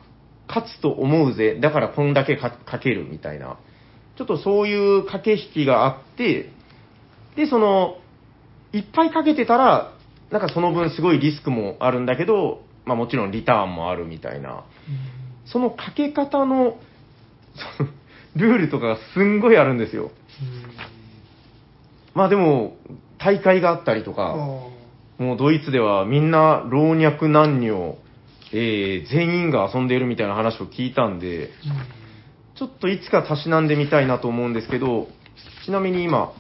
Speaker 2: 勝つと思うぜ、だからこんだけかかけるみたいな。ちょっとそういう駆け引きがあって、で、その、いっぱいかけてたら、なんかその分すごいリスクもあるんだけど、まあもちろんリターンもあるみたいな、そのかけ方の、 そのルールとかがすんごいあるんですよ。まあでも、大会があったりと
Speaker 1: あ
Speaker 2: か、
Speaker 1: ー
Speaker 2: もうドイツではみんな老若男女、えー全員が遊んでいるみたいな話を聞いたんで、ちょっといつかたしなんでみたいなと思うんですけど、ちなみに今、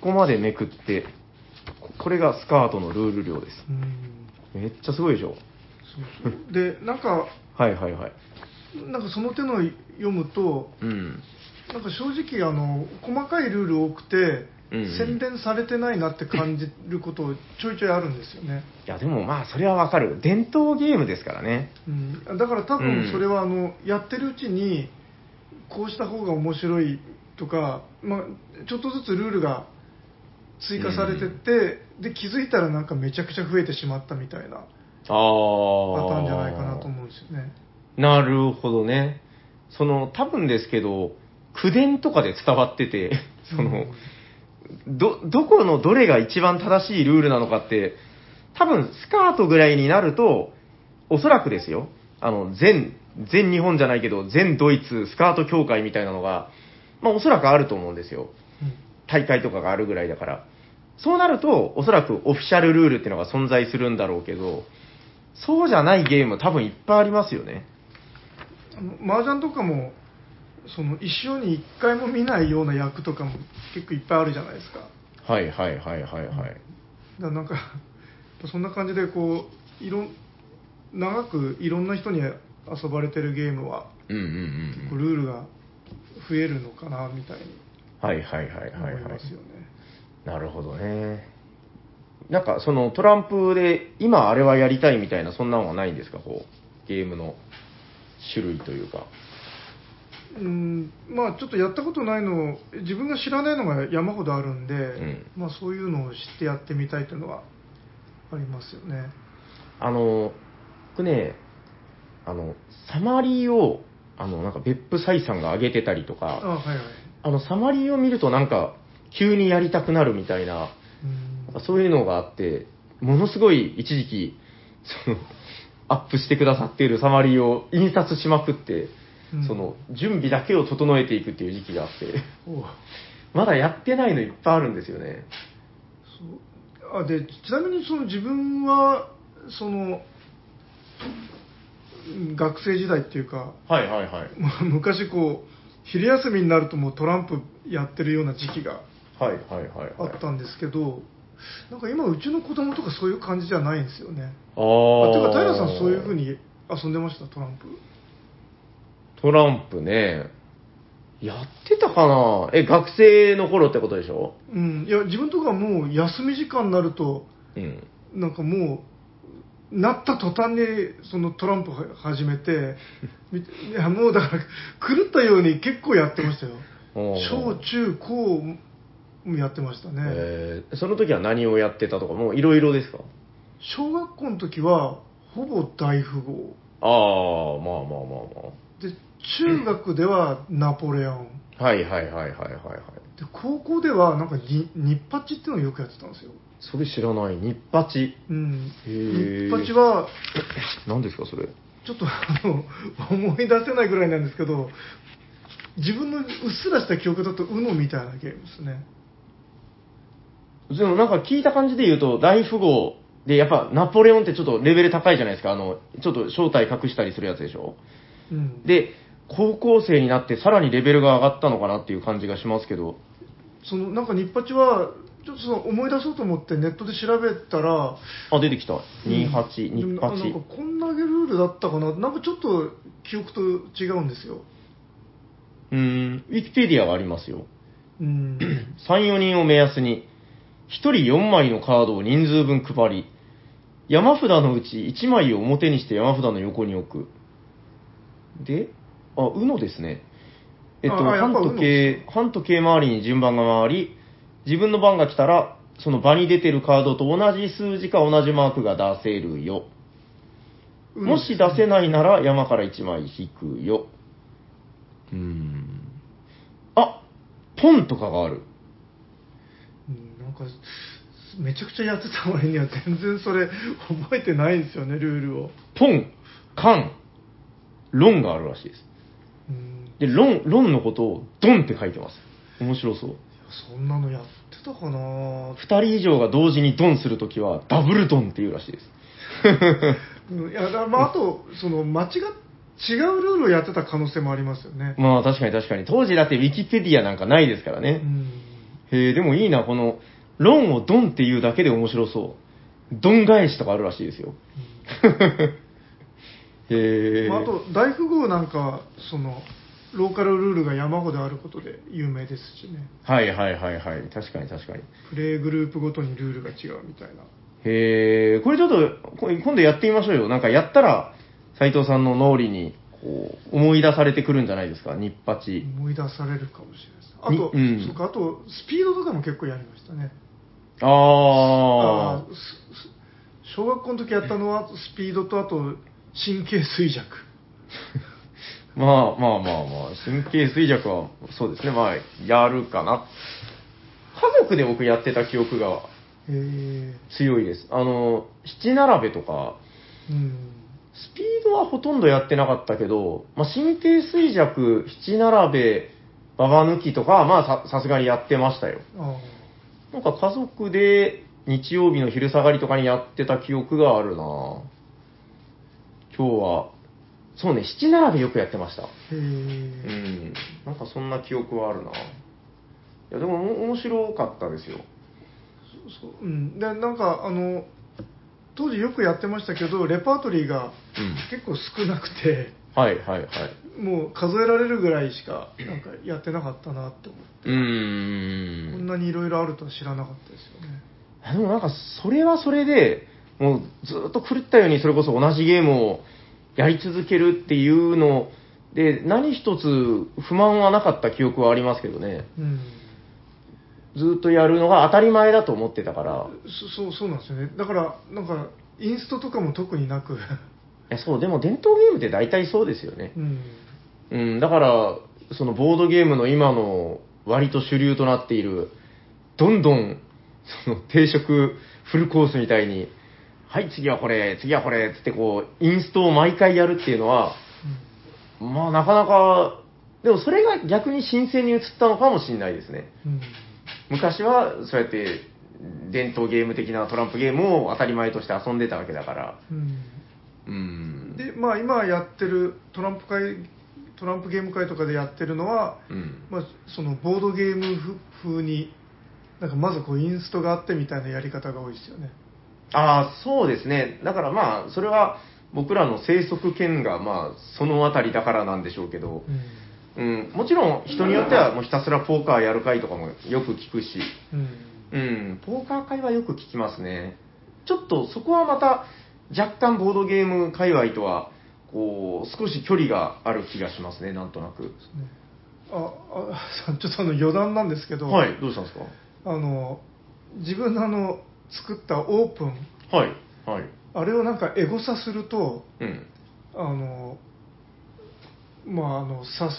Speaker 2: ここまでめくって、ここれがスカートのルール量です。
Speaker 1: うんうん
Speaker 2: めっちゃすごいでしょ
Speaker 1: そうそうでなんか
Speaker 2: はいはいはい。
Speaker 1: なんかその手の読むと
Speaker 2: うん。
Speaker 1: なんか正直あの細かいルール多くて、
Speaker 2: うんうん
Speaker 1: 洗練されてないなって感じることちょいちょいあるんですよね、
Speaker 2: いやでもまあそれはわかる。伝統ゲームですからね。
Speaker 1: うん、だから多分それはあの、やってるうちにこうした方が面白いとか、まあ、ちょっとずつルールが追加されてって、で気づいたらなんかめちゃくちゃ増えてしまったみたいな
Speaker 2: ああ
Speaker 1: パターンじゃないかなと思うんですよね
Speaker 2: なるほどね。その、多分ですけど、口伝とかで伝わってて、その、ど、どこのどれが一番正しいルールなのかって、多分スカートぐらいになると、おそらくですよ、あの、全、全日本じゃないけど、全ドイツスカート協会みたいなのが、まあおそらくあると思うんですよ。大会とかがあるぐらいだから。そうなると、おそらくオフィシャルルールっていうのが存在するんだろうけど、そうじゃないゲーム多分いっぱいありますよね。
Speaker 1: うん、麻雀とかもその一生に1回も見ないような役とかも結構いっぱいあるじゃないですかだか
Speaker 2: はいはいはいはいはい。
Speaker 1: らなんかやっぱそんな感じでこういろん長くいろんな人に遊ばれてるゲームは
Speaker 2: うんうん
Speaker 1: 結
Speaker 2: う
Speaker 1: 構
Speaker 2: ん
Speaker 1: ルールが増えるのかなみたいに
Speaker 2: うん。はいはいはいはい
Speaker 1: 思い
Speaker 2: は
Speaker 1: ま
Speaker 2: い
Speaker 1: す。よね、
Speaker 2: なるほどね。なんかそのトランプで今あれはやりたいみたいなそんなんはないんですかこう、ゲームの種類というか。
Speaker 1: うんまあちょっとやったことないの自分が知らないのが山ほどあるんで、
Speaker 2: ん
Speaker 1: まあそういうのを知ってやってみたいというのはありますよね
Speaker 2: あの、僕ね、あの、サマリーを、あの、なんか別府イさんが上げてたりと
Speaker 1: あ
Speaker 2: か、
Speaker 1: はいはい
Speaker 2: あの、サマリーを見るとなんか急にやりたくなるみたいな、
Speaker 1: うん
Speaker 2: そういうのがあって、ものすごい一時期、その、アップしてくださっているサマリーを印刷しまくって、
Speaker 1: うん
Speaker 2: その、準備だけを整えていくっていう時期があって、
Speaker 1: おう
Speaker 2: まだやってないのいっぱいあるんですよね。
Speaker 1: そうあでちなみにその自分はそのうん学生時代っていうか
Speaker 2: はいはいはい。
Speaker 1: もう昔こう昼休みになるともうトランプやってるような時期が
Speaker 2: はいはいはい、はい。
Speaker 1: あったんですけどなんか今うちの子供とかそういう感じじゃないんですよね
Speaker 2: あ
Speaker 1: あ
Speaker 2: ー
Speaker 1: てか平さんそういうふうに遊んでましたトランプ
Speaker 2: トランプね、やってたかなえ、学生の頃ってことでしょ
Speaker 1: うんいや自分とかもう休み時間になると
Speaker 2: うん。
Speaker 1: なんかもうなった途端にそのトランプは始めて みいやもうだから狂ったように結構やってましたよ
Speaker 2: おー
Speaker 1: 小中高もやってましたね、
Speaker 2: えーその時は何をやってたとか、もういろいろですか
Speaker 1: 小学校の時はほぼ大富豪
Speaker 2: ああ、まあまあまあまあ。
Speaker 1: で中学ではナポレオン、
Speaker 2: はいはいはいはいはいはい。
Speaker 1: で高校ではなんかに日八っていうのをよくやってたんですよ、
Speaker 2: それ知らない。日八。
Speaker 1: うん、
Speaker 2: へー
Speaker 1: 日八は
Speaker 2: 何ですかそれ。
Speaker 1: ちょっとあの思い出せないぐらいなんですけど自分のうっすらした記憶だと UNO みたいなゲームですね
Speaker 2: でもなんか聞いた感じで言うと、大富豪で、やっぱナポレオンってちょっとレベル高いじゃないですか。あの、ちょっと正体隠したりするやつでしょ。
Speaker 1: うん
Speaker 2: で、高校生になってさらにレベルが上がったのかなっていう感じがしますけど。
Speaker 1: そのなんか日八はちょっとその思い出そうと思ってネットで調べたら
Speaker 2: あ、出てきた。28、
Speaker 1: うん
Speaker 2: 日
Speaker 1: でもななんか
Speaker 2: 八。
Speaker 1: こんなルールだったかななんかちょっと記憶と違うんですよ
Speaker 2: うーん、ウィキペディアがありますよ。
Speaker 1: うん
Speaker 2: 3、4人を目安に、1人4枚のカードを人数分配り、山札のうち1枚を表にして山札の横に置く。で、あ、うのですね。えっと、
Speaker 1: ああやっ
Speaker 2: 半
Speaker 1: ぱ UNO
Speaker 2: 時計、半時計回りに順番が回り、自分の番が来たら、その場に出てるカードと同じ数字か同じマークが出せるよ。もし出せないなら山から1枚引くよ。うーん。あポンとかがある。
Speaker 1: うんなんかめちゃくちゃやってた割には全然それ覚えてないんですよねルールを
Speaker 2: ポン、カン、ロンがあるらしいです。
Speaker 1: うん
Speaker 2: で、ロン、ロンのことをドンって書いてます。面白そう。
Speaker 1: いやそんなのやってたかな
Speaker 2: 二人以上が同時にドンするときはダブルドンっていうらしいです。
Speaker 1: うんいやだまああとその間違っ違うルールをやってた可能性もありますよね、
Speaker 2: まあ確かに確かに。当時だってウィキペディアなんかないですから
Speaker 1: う
Speaker 2: ね。
Speaker 1: ん、
Speaker 2: へえ、でもいいな、この、ロンをドンっていうだけで面白そう。ドン返しとかあるらしいですよ。 へえ。
Speaker 1: まあ、あと大富豪なんかそのローカルルールが山ほどあることで有名ですしね
Speaker 2: はいはいはいはい。確かに確かに。
Speaker 1: プレイグループごとにルールが違うみたいな
Speaker 2: へえ、これちょっと、こ今度やってみましょうよ。なんかやったら、斉藤さんの脳裏に、こう、思い出されてくるんじゃないですか、日八。
Speaker 1: 思い出されるかもしれないですあと、
Speaker 2: みうん
Speaker 1: そうかあとスピードとかも結構やりましたね
Speaker 2: あ
Speaker 1: ーすす小学校の時やったのはスピードとあと神経衰弱
Speaker 2: あ。まあまあまあまあ、神経衰弱は、そうですね、まあ、やるかな。家族で僕やってた記憶が
Speaker 1: へえ
Speaker 2: 強いです。あの、七並べとか、
Speaker 1: うん
Speaker 2: スピードはほとんどやってなかったけど、まあ、神経衰弱、七並べ、ババ抜きとかは、まあさ、さすがにやってましたよ。
Speaker 1: あ
Speaker 2: なんか家族で日曜日の昼下がりとかにやってた記憶があるなぁ今日は、そうね、七並べよくやってました。
Speaker 1: ーへ
Speaker 2: う
Speaker 1: え、
Speaker 2: ん。なんかそんな記憶はあるなぁいや、でもお面白かったです
Speaker 1: そ
Speaker 2: よ。
Speaker 1: うそううんでなんかあの当時よくやってましたけどレパートリーが
Speaker 2: うん
Speaker 1: 結構少なくて
Speaker 2: はいはいはい。
Speaker 1: もう数えられるぐらいしかなんかやってなかったなって思って
Speaker 2: うーん。
Speaker 1: こんなにいろいろあるとは知らなかったですよね
Speaker 2: あでもなんか、それはそれで、もうずっと狂ったようにそれこそ同じゲームをやり続けるっていうので、何一つ不満はなかった記憶はありますけどね。
Speaker 1: うん
Speaker 2: ずっとやるのが当たり前だと思ってたから。
Speaker 1: そそうそうなんですよねだからなんかインストとかも特にな く
Speaker 2: いや、そう、でも伝統ゲームって大体そうですよね。
Speaker 1: うん
Speaker 2: うん、だから、そのボードゲームの今の割と主流となっている、どんどん、その定食フルコースみたいに、はい、次はこれ、次はこれ、つってこう、インストを毎回やるっていうのは、まあなかなか、でもそれが逆に新鮮に映ったのかもしれないですね。
Speaker 1: うん、うん
Speaker 2: 昔はそうやって伝統ゲーム的なトランプゲームを当たり前として遊んでたわけだから。うん。
Speaker 1: でまあ今やってるトランプ会トランプゲーム会とかでやってるのは、
Speaker 2: うん。
Speaker 1: まあ、そのボードゲームふ風になんかまずこうインストがあってみたいなやり方が多いですよね
Speaker 2: ああ、そうですね。だからまあ、それは僕らの生息圏がまあ、そのあたりだからなんでしょうけど、うん。もちろん人によってはもうひたすらポーカーやる会とかもよく聞くし、
Speaker 1: うん、
Speaker 2: うん、ポーカー会はよく聞きますね。ちょっとそこはまた若干ボードゲーム界隈とは、こう、少し距離がある気がしますね、なんとなく。
Speaker 1: ねああちょっとあの余談なんですけど、
Speaker 2: はい、どうしたんです
Speaker 1: あの自分のあの作ったオープン
Speaker 2: かはい、はい。
Speaker 1: あれをなんかエゴサすると
Speaker 2: うん。
Speaker 1: あのまああのさす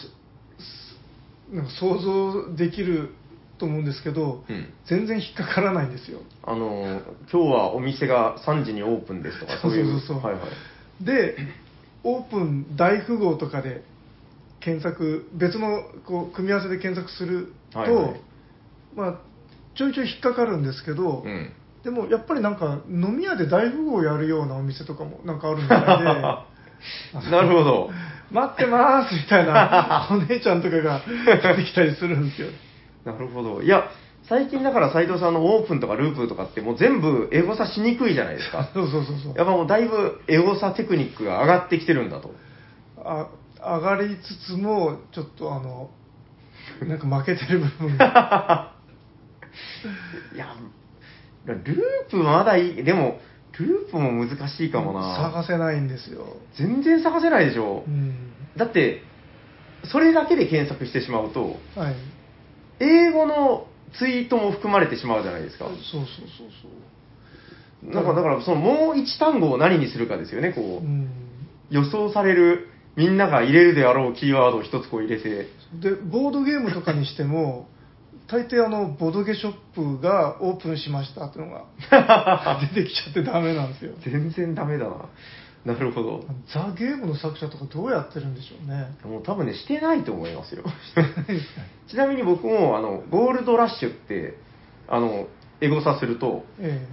Speaker 1: すなんか想像できると思うんですけど、
Speaker 2: うん。
Speaker 1: 全然引っかからないんですよ
Speaker 2: あのー、今日はお店が3時にオープンですとか、そうい
Speaker 1: そ
Speaker 2: う。
Speaker 1: うそうそうそう
Speaker 2: はいはい。
Speaker 1: でオープン大富豪とかで検索別のこう組み合わせで検索すると、
Speaker 2: はいはい
Speaker 1: まあちょいちょい引っかかるんですけど、
Speaker 2: うん。
Speaker 1: でもやっぱりなんか飲み屋で大富豪やるようなお店とかもなんかあるみた いで
Speaker 2: なる ほど。
Speaker 1: 「待ってます」みたい なお姉ちゃんとかが出てきたりするんですよ。
Speaker 2: なるほど。いや、最近だから斉藤さんのオープンとかループとかってもう全部エゴサしにくいじゃないですか
Speaker 1: そうそうそうそう
Speaker 2: やっぱもうだいぶエゴサテクニックが上がってきてるん だと。
Speaker 1: あ上がりつつもちょっとあのなんか負けてる部分が
Speaker 2: いや、ループまだいい。でも、ループも難しいかもな。
Speaker 1: 探せないんですよ、
Speaker 2: 全然探せないでしょ
Speaker 1: う。ん
Speaker 2: だって、それだけで検索してしまうと、
Speaker 1: はい、
Speaker 2: 英語のツイートも含まれてしまうじゃないですか
Speaker 1: そう。そうそうそ
Speaker 2: なんかだから、そのもう一単語を何にするかですよね、こう。
Speaker 1: う、うん、
Speaker 2: 予想されるみんなが入れるであろうキーワードを一つこう入れて
Speaker 1: でボードゲームとかにしても大抵あのボードゲショップがオープンしましたって いうのが出てきちゃってダメなんですよ
Speaker 2: 全然ダメだな。なるほど。
Speaker 1: ザ・ゲームの作者とかどうやってるんでしょう ね
Speaker 2: もう多分ね、してないと思 いますよ。ちなみに僕も、あの、ゴールドラッシュって、あの、エゴサすると、
Speaker 1: え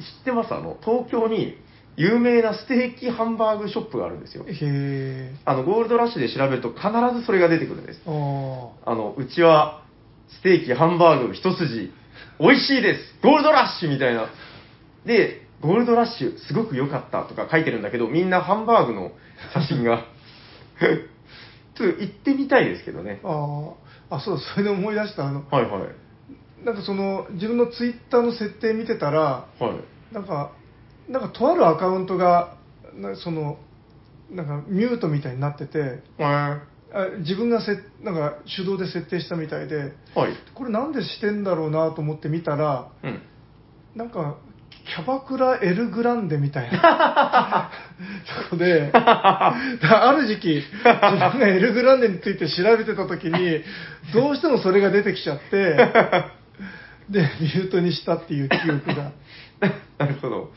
Speaker 2: 知ってますあの、東京に有名なステーキハンバーグショップがあるんですよ
Speaker 1: え。へえ
Speaker 2: あの、ゴールドラッシュで調べると必ずそれが出てくるんです。
Speaker 1: ああ
Speaker 2: あの、うちは、ステーキ、ハンバーグ一筋、美味しいですゴールドラッシュみたいな。で、ゴールドラッシュ、すごく良かったとか書いてるんだけど、みんなハンバーグの写真が。 ちょっと行ってみたいですけどね。
Speaker 1: あああそうそれで思い出したあの
Speaker 2: はいはい。
Speaker 1: なんかその自分のツイッターの設定見てたら
Speaker 2: はい。
Speaker 1: なんかなんかとあるアカウントがなそのなんかミュートみたいになってて
Speaker 2: は
Speaker 1: あ自分がせなんか手動で設定したみたいで
Speaker 2: い。はい。
Speaker 1: これなんでしてんだろうなと思って見たら
Speaker 2: うん。
Speaker 1: なんかキャバクラエルグランデみたいな そこである時期自分がエルグランデについて調べてた時にどうしてもそれが出てきちゃってでミュートにしたっていう記憶が
Speaker 2: なるほど。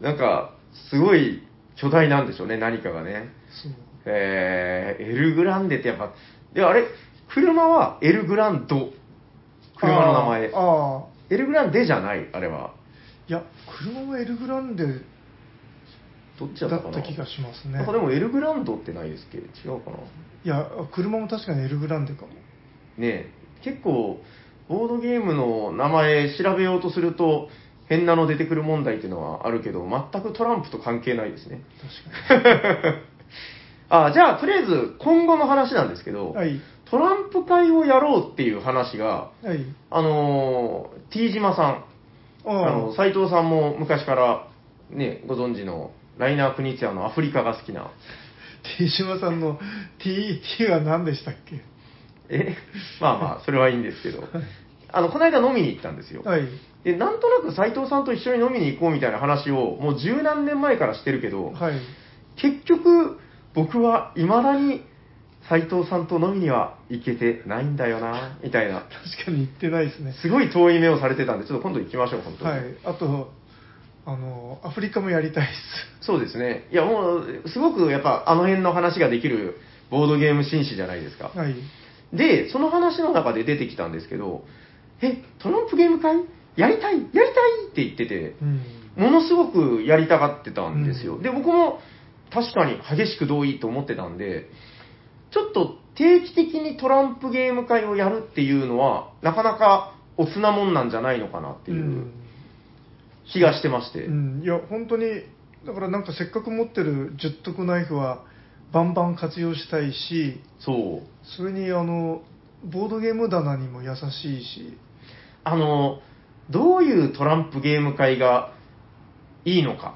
Speaker 2: なんか、すごい巨大なんでしょうね、何かがね。
Speaker 1: そう
Speaker 2: えー、エルグランデってやっぱ、で、あれ、車はエルグランド。車の名前。
Speaker 1: あーあー
Speaker 2: エルグランデじゃない、あれは。
Speaker 1: いや車はエルグランデ
Speaker 2: どっちだった
Speaker 1: だ
Speaker 2: か
Speaker 1: っ
Speaker 2: な。
Speaker 1: た気がしますね
Speaker 2: なんかでもエルグランドってないですっけ違うかな。ね
Speaker 1: いや車も確かにエルグランデかも
Speaker 2: え、結構、ボードゲームの名前調べようとすると、変なの出てくる問題っていうのはあるけど、全くトランプと関係ない ですね。
Speaker 1: 確
Speaker 2: あ、じゃあ、とりあえず、今後の話なんですけど、
Speaker 1: かにはい
Speaker 2: トランプ会をやろうっていう話が、
Speaker 1: はい
Speaker 2: あのー、T 島さん、
Speaker 1: あ
Speaker 2: あの、斎藤さんも昔から、ね、ご存知の、ライナー・クニツィアのアフリカが好きな、
Speaker 1: 手島さんの TT は何でしたっけ
Speaker 2: え、まあまあ、それはいいんですけど、あの、この間飲みに行ったんですよ。
Speaker 1: はい。
Speaker 2: で、なんとなく斎藤さんと一緒に飲みに行こうみたいな話を、もう十何年前からしてるけど、
Speaker 1: はい。
Speaker 2: 結局、僕は未だに斎藤さんと飲みには行けてないんだよな、みたいな。
Speaker 1: 確かに行ってないですね。
Speaker 2: すごい遠い目をされてたんで、ちょっと今度行きましょう、本当に。
Speaker 1: はい。あと、あの、アフリカもやりたいっす。
Speaker 2: そうですね。いや、もう、すごくやっぱあの辺の話ができるボードゲーム紳士じゃないですか。
Speaker 1: はい。
Speaker 2: で、その話の中で出てきたんですけど、え、トランプゲーム会やりたいやりたいって言ってて、
Speaker 1: うん。
Speaker 2: ものすごくやりたがってたんですよ。
Speaker 1: うん
Speaker 2: で、僕も確かに激しく同意と思ってたんで、ちょっと定期的にトランプゲーム会をやるっていうのは、なかなかおつなもんなんじゃないのかなってい
Speaker 1: うん
Speaker 2: う気がしてまして。
Speaker 1: うん。いや、本当に、だからなんかせっかく持ってる十徳ナイフは、バンバン活用したいし、
Speaker 2: そう。
Speaker 1: それに、あの、ボードゲーム棚にも優しいし、
Speaker 2: あの、どういうトランプゲーム会がいいのか。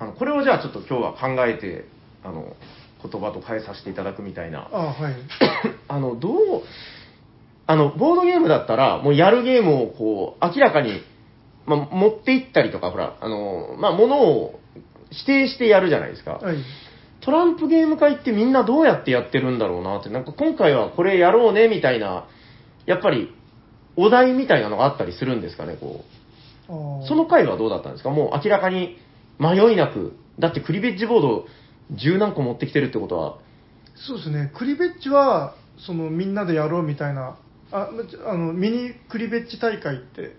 Speaker 2: あの、これをじゃあちょっと今日は考えて、あの、言葉と変えさせていただくみたいな
Speaker 1: あ。はい。
Speaker 2: あの、どう、あの、ボードゲームだったら、もうやるゲームをこう、明らかに、まあ、持っていったりとか、ほら、あの、まあ、ものを指定してやるじゃないですか。
Speaker 1: はい。
Speaker 2: トランプゲーム会ってみんなどうやってやってるんだろうなって、なんか今回はこれやろうねみたいな、やっぱりお題みたいなのがあったりするんですかね、こ
Speaker 1: あ
Speaker 2: う。
Speaker 1: ー
Speaker 2: その回はどうだったんですかもう明らかに迷いなく、だってクリベッジボード十何個持ってきてるってことは、
Speaker 1: そうですね、クリベッジはそのみんなでやろうみたいなあまあの、ミニクリベッジ大会って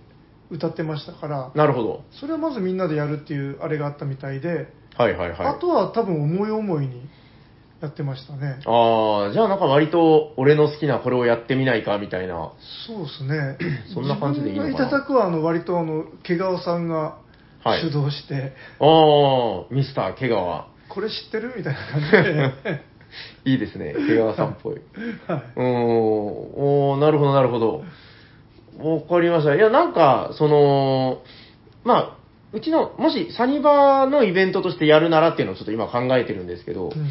Speaker 1: 歌ってましたから、
Speaker 2: なるほど。
Speaker 1: それはまずみんなでやるっていうあれがあったみたいで、
Speaker 2: はいはいはい。
Speaker 1: あとは多分思い思いにやってましたね。
Speaker 2: ああ、じゃあなんか割と俺の好きなこれをやってみないかみたいな。、
Speaker 1: そうですね
Speaker 2: そんな感じでいいのか
Speaker 1: 自分が
Speaker 2: な
Speaker 1: いただくはあの割とあの毛川さんが
Speaker 2: はい
Speaker 1: 主導して、
Speaker 2: ああ、ミスター毛川。
Speaker 1: これ知ってるみたいな感じで、
Speaker 2: いいですね、毛川さんっぽい。
Speaker 1: は
Speaker 2: うーん、おーなるほど、なるほど。わかりました。いや、なんか、その、まあ、うちの、もしサニバのイベントとしてやるならっていうのをちょっと今考えてるんですけど
Speaker 1: い、う、ん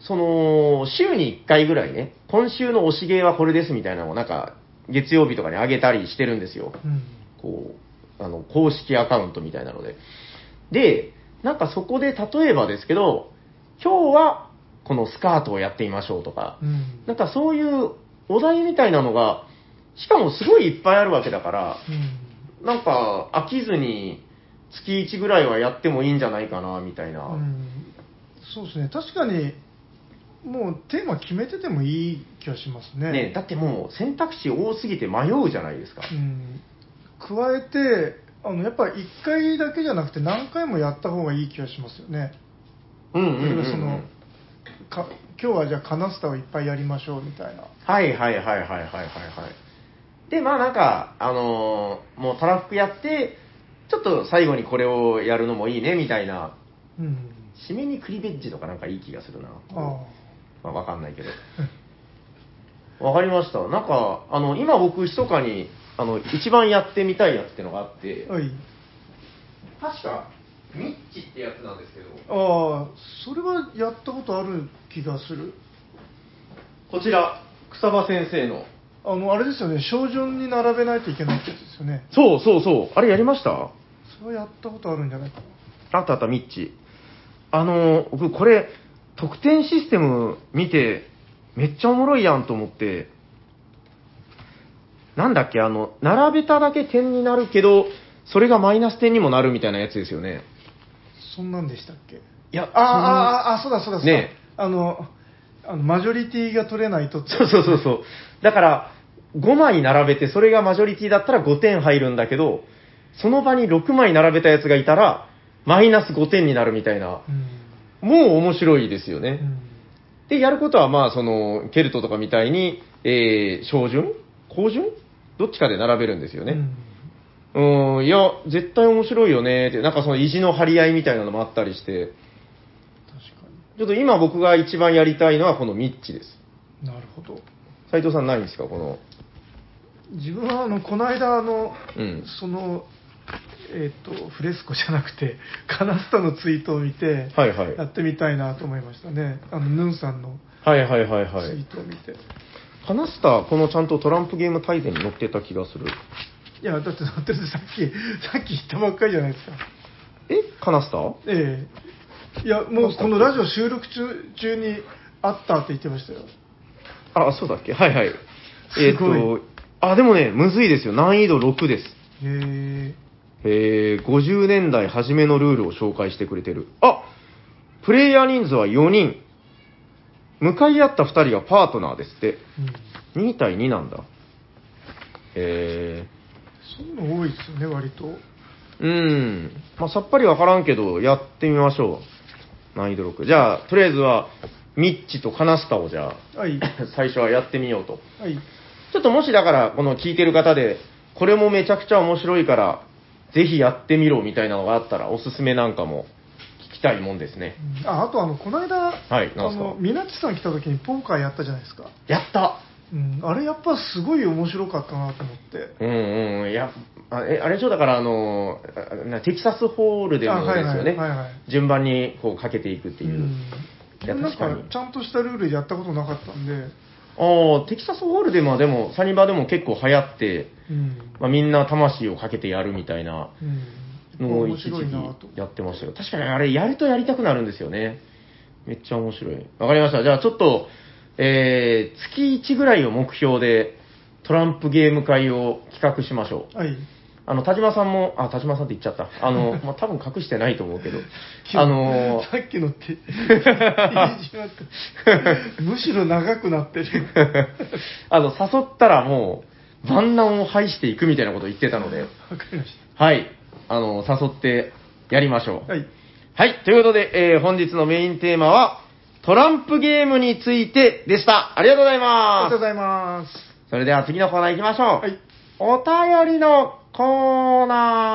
Speaker 2: その、週に1回ぐらいね、今週の推し芸はこれですみたいなのをなんか、月曜日とかに上げたりしてるんですよ。
Speaker 1: うん
Speaker 2: こう、あの、公式アカウントみたいなので。で、なんかそこで例えばですけど、今日はこのスカートをやってみましょうとか、
Speaker 1: うん
Speaker 2: なんかそういうお題みたいなのが、しかもすごいいっぱいあるわけだから、
Speaker 1: うん
Speaker 2: なんか飽きずに月1ぐらいはやってもいいんじゃないかな、みたいな。
Speaker 1: うん、そうですね確かにもうテーマ決めててもいい気がしますね
Speaker 2: ね、だってもう選択肢多すぎて迷うじゃないですか。
Speaker 1: うん、加えてあのやっぱり1回だけじゃなくて何回もやった方がいい気がしますよね
Speaker 2: うんうんうん、う
Speaker 1: 例えばその
Speaker 2: ん。
Speaker 1: か今日はじゃあカナスタをいっぱいやりましょうみたいな
Speaker 2: はいはいはいはいはいはいはい。で、まあなんか、あのーもうたらふくやって、ちょっと最後にこれをやるのもいいね、みたいな。
Speaker 1: うん
Speaker 2: 締めにクリベッジとかなんかいい気がするな。
Speaker 1: あ
Speaker 2: まあわかんないけど。 わかりました。なんか、あの、今僕、密かに、あの、一番やってみたいやつってのがあって
Speaker 1: あ、はい
Speaker 2: 確か、ミッチってやつなんですけど、
Speaker 1: ああそれはやったことある気がする
Speaker 2: こちら、草場先生の。
Speaker 1: あのあれですよね照準に並べないといけないってやつですよね
Speaker 2: そうそうそう。あれやりました
Speaker 1: それはやったことあるんじゃないかな
Speaker 2: あったあった、ミッチ。あの、僕、これ、得点システム見て、めっちゃおもろいやんと思って、なんだっけ、あの、並べただけ点になるけど、それがマイナス点にもなるみたいなやつですよね。
Speaker 1: そんなんでしたっけ
Speaker 2: いや、
Speaker 1: ああああそうだそうだそうだ、
Speaker 2: ねえ
Speaker 1: あのあのマジョリティが取れないとって
Speaker 2: そうそうそうそう。だから、5枚並べて、それがマジョリティだったら5点入るんだけど、その場に6枚並べたやつがいたら、マイナス5点になるみたいな、
Speaker 1: うん
Speaker 2: もう面白いですよ
Speaker 1: う
Speaker 2: ね。
Speaker 1: ん
Speaker 2: で、やることは、まあ、その、ケルトとかみたいに、えー、小順高順どっちかで並べるんですよ
Speaker 1: う
Speaker 2: ね。
Speaker 1: ん
Speaker 2: うーん、いや、絶対面白いよねって、なんかその意地の張り合いみたいなのもあったりして、
Speaker 1: 確か
Speaker 2: ちょっと今僕が一番やりたいのはこのミッチです。
Speaker 1: になるほど
Speaker 2: 斉藤さんないんですかこの。
Speaker 1: 自分はあのこの間あの、
Speaker 2: うん
Speaker 1: そのえっ、とフレスコじゃなくてカナスタのツイートを見て、
Speaker 2: はいはい
Speaker 1: やってみたいなと思いましたねあのヌンさんの
Speaker 2: はいはいはい
Speaker 1: ツイ
Speaker 2: はい
Speaker 1: ー。トを見て、い、
Speaker 2: 話した、このちゃんとトランプゲーム大全に載ってた気がする。
Speaker 1: やだってなってるってさっきさっき言ったばっかりじゃないですか
Speaker 2: えカナスタ
Speaker 1: ええいやもうこのラジオ収録中中にあったって言ってましたよ
Speaker 2: あ、そうだっけはいはい。えっ、
Speaker 1: すご
Speaker 2: と、あ、でもね、むずいですよ。難易度6です。
Speaker 1: へえ
Speaker 2: えー、50年代初めのルールを紹介してくれてる。あプレイヤー人数は4人。向かい合った2人がパートナーですって。
Speaker 1: うん
Speaker 2: 2対2なんだ。え
Speaker 1: そういうの多いですよね割と
Speaker 2: ー、うん。まあ、さっぱりわからんけど、やってみましょう。難易度6。じゃあ、とりあえずは、ミッチとカナスタをじゃあ、
Speaker 1: はい
Speaker 2: 最初はやってみようと。
Speaker 1: はい
Speaker 2: ちょっともしだから、この聞いてる方で、これもめちゃくちゃ面白いから、ぜひやってみろみたいなのがあったら、おすすめなんかも聞きたいもんですね。
Speaker 1: ああとあのこの間、
Speaker 2: い
Speaker 1: あ
Speaker 2: なんすか
Speaker 1: のみなっちさん来た時にポーカーやったじゃないですか、
Speaker 2: やった
Speaker 1: うん、あれやっぱすごい面白かったなと思って
Speaker 2: うんうん、いや、あえあれでしょ、だからあの、あなテキサスホールでも
Speaker 1: あは
Speaker 2: で
Speaker 1: いは
Speaker 2: す
Speaker 1: い
Speaker 2: よね
Speaker 1: はいはい。。
Speaker 2: 順番にこうかけていくっていううんいや、
Speaker 1: なん
Speaker 2: 確かに
Speaker 1: か。ちゃんとしたルールやったことなかったんで、
Speaker 2: ああ、テキサスホールでも、でも、サニバでも結構流行って、
Speaker 1: うん
Speaker 2: まあ、みんな魂をかけてやるみたいな
Speaker 1: うん、
Speaker 2: のを
Speaker 1: 面
Speaker 2: 一時
Speaker 1: 白いなと
Speaker 2: 期やってましたよ。確かにあれやるとやりたくなるんですよね。めっちゃ面白い。わかりました。じゃあちょっと、えー、月1ぐらいを目標でトランプゲーム会を企画しましょう。
Speaker 1: はい
Speaker 2: あの、田島さんも、あ、田島さんって言っちゃった。あ の、まあ、多分隠してないと思うけど、あの
Speaker 1: さっきのって 言ってしまったむしろ長くなってる
Speaker 2: あの、誘ったらもう、万難を排していくみたいなことを言ってたので、
Speaker 1: わかりまし
Speaker 2: はい。あの、誘ってやりましょう。
Speaker 1: たはい
Speaker 2: はい、ということで、えー本日のメインテーマは、トランプゲームについてでした。ありがとうござい
Speaker 1: あり
Speaker 2: ま
Speaker 1: がとう
Speaker 2: す
Speaker 1: ご。ざいます
Speaker 2: それでは次のコーナー行きましょう。
Speaker 1: はい
Speaker 2: お便りのコー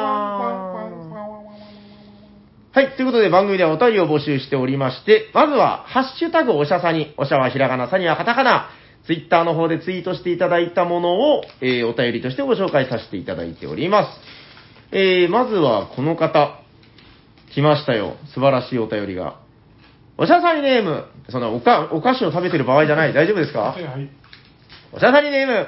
Speaker 2: ナー。はい、ということで番組ではお便りを募集しておりまして、まずは、ハッシュタグおしゃさに、おしゃはひらがな、さにはカタカナ、ツイッターの方でツイートしていただいたものを、えーお便りとしてご紹介させていただいております。えー、まずはこの方、来ましたよ。素晴らしいお便りが。おしゃさにネーム、そのおか、お菓子を食べてる場合じゃない。大丈夫ですか
Speaker 1: はいはい
Speaker 2: おしゃさにネーム、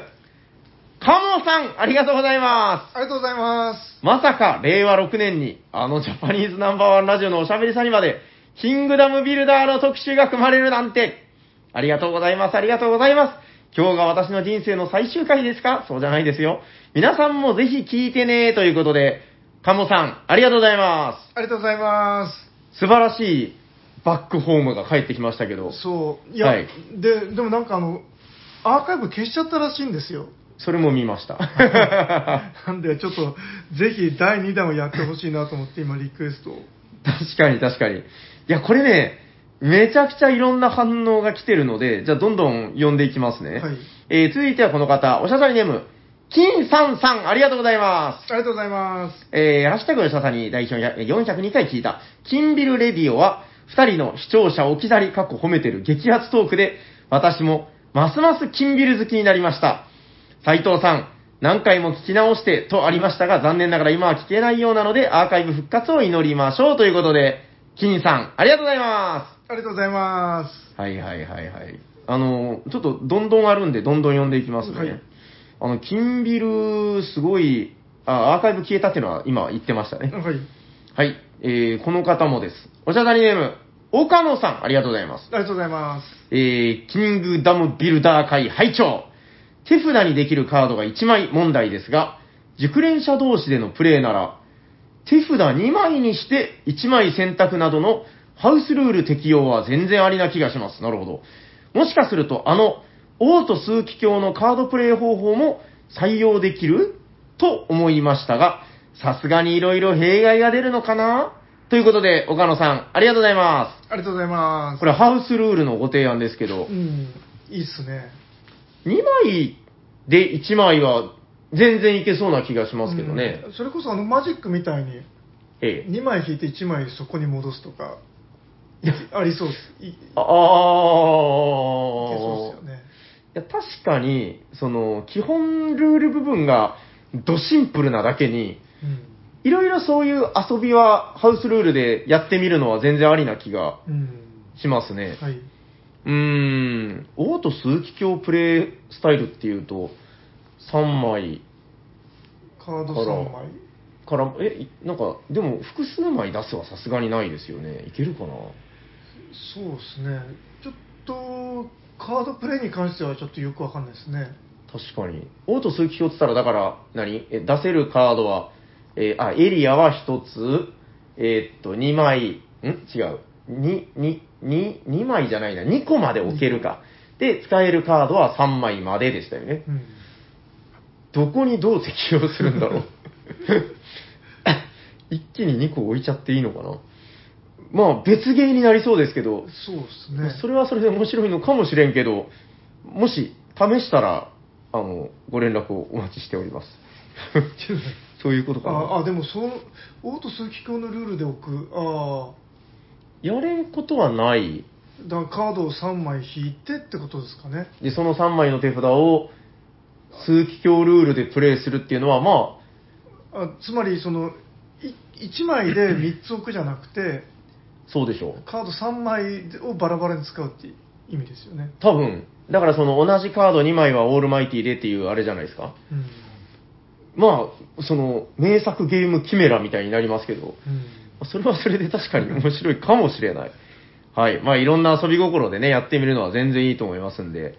Speaker 2: カモさん、ありがとうございま
Speaker 1: ありがとうございます
Speaker 2: す。まさか、令和6年に、あのジャパニーズナンバーワンラジオのおしゃべりさにまで、キングダムビルダーの特集が組まれるなんて、ありがとうございます、ありがとうございます。今日が私の人生の最終回ですかそうじゃないですよ。皆さんもぜひ聞いてねということで、カモさん、ありがとうございま。
Speaker 1: ありがとうございます
Speaker 2: 素晴らしいバックホームが帰ってきましたけど、
Speaker 1: す。そう、いや、
Speaker 2: はい
Speaker 1: で、でもなんかあの、アーカイブ消しちゃったらしいんですよ。
Speaker 2: それも見ました。
Speaker 1: なんで、ちょっと、ぜひ第2弾をやってほしいなと思って、今、リクエストを。
Speaker 2: 確かに確かに。いや、これね、めちゃくちゃいろんな反応が来てるので、じゃあどんどん読んでいきます
Speaker 1: は
Speaker 2: ね。
Speaker 1: い
Speaker 2: えー続いてはこの方、おしゃさりネーム、金さんさん、ありがとうございます。
Speaker 1: ありがとうございます。
Speaker 2: えー、ハッシュタグ吉田さんに第400 402回聞いた、金ビルレディオは、二人の視聴者置き去り、かっこ褒めてる激アツトークで、私も、ますます金ビル好きになりました。斉藤さん、何回も聞き直して、とありましたが、残念ながら今は聞けないようなので、アーカイブ復活を祈りましょう。ということで、金さん、ありがとうございま。
Speaker 1: ありがとうございます
Speaker 2: はいはいはいはい。あの、ちょっと、どんどんあるんで、どんどん読んでいきますね。
Speaker 1: はい
Speaker 2: あの、金ビル、すごい、あ、アーカイブ消えたっていうのは今言ってましたね
Speaker 1: す。。はい。
Speaker 2: はい、えー、この方もです。おしゃだりネーム、岡野さん、ありがとうございます。
Speaker 1: ありがとうございます。
Speaker 2: えー、キングダムビルダー会会長。手札にできるカードが1枚問題ですが、熟練者同士でのプレイなら、手札2枚にして1枚選択などのハウスルール適用は全然ありな気がします。なるほど。もしかすると、あの、王と枢機卿のカードプレイ方法も採用できると思いましたが、さすがに色々弊害が出るのかなということで、岡野さん、ありがとうございます。
Speaker 1: ありがとうございます。
Speaker 2: これ、ハウスルールのご提案ですけど
Speaker 1: う、ん、いいっすね。
Speaker 2: 2枚で1枚は全然いけそうな気がしますけどね。
Speaker 1: うんそれこそあのマジックみたいに、
Speaker 2: ええ。
Speaker 1: 2枚引いて1枚そこに戻すとか、いありそう です。いいけ
Speaker 2: ああ
Speaker 1: そうですよね。
Speaker 2: いや確かに、その、基本ルール部分がドシンプルなだけに、いろいろそういう遊びはハウスルールでやってみるのは全然ありな気が
Speaker 1: うん。
Speaker 2: しますね。
Speaker 1: うん。はい。
Speaker 2: うーん、王と数機卿プレイスタイルっていうと、3枚
Speaker 1: カード3枚。
Speaker 2: から、え、いなんか、でも複数枚出すはさすがにないですよね。いけるかな
Speaker 1: そうですね。ちょっと、カードプレイに関してはちょっとよくわかんないですね。
Speaker 2: 確かに。王と数機卿って言ったら、だから何、え出せるカードは、えーあ、エリアは1つ、えーっと、2枚、ん違う。2、2、2、2枚じゃないな。2個まで置けるか。で、使えるカードは3枚まででしたよね。
Speaker 1: うん。
Speaker 2: どこにどう適用するんだろう。 一気に2個置いちゃっていいのかな。まあ、別ゲーになりそうですけど、
Speaker 1: そうですね。
Speaker 2: それはそれで面白いのかもしれんけど、もし試したら、あの、ご連絡をお待ちしております。 そういうことか
Speaker 1: あ
Speaker 2: な。
Speaker 1: あ、でもその、オート数機卿のルールで置く、あ
Speaker 2: やれんことはない。
Speaker 1: あ、だからカードを3枚引いてってことですかね。
Speaker 2: で、その3枚の手札を、数奇卿ルールでプレイするっていうのは、まあ、
Speaker 1: あつまりその1枚で3つ置くじゃなく て
Speaker 2: そうでしょう。
Speaker 1: カード3枚をバラバラに使うって意味ですよね、
Speaker 2: 多分、だからその同じカード2枚はオールマイティでっていうあれじゃないですか。
Speaker 1: うん
Speaker 2: まあ、その、名作ゲームキメラみたいになりますけど、
Speaker 1: うん、
Speaker 2: それはそれで確かに面白いかもしれない。はい。まあ、いろんな遊び心でね、やってみるのは全然いいと思いますんで、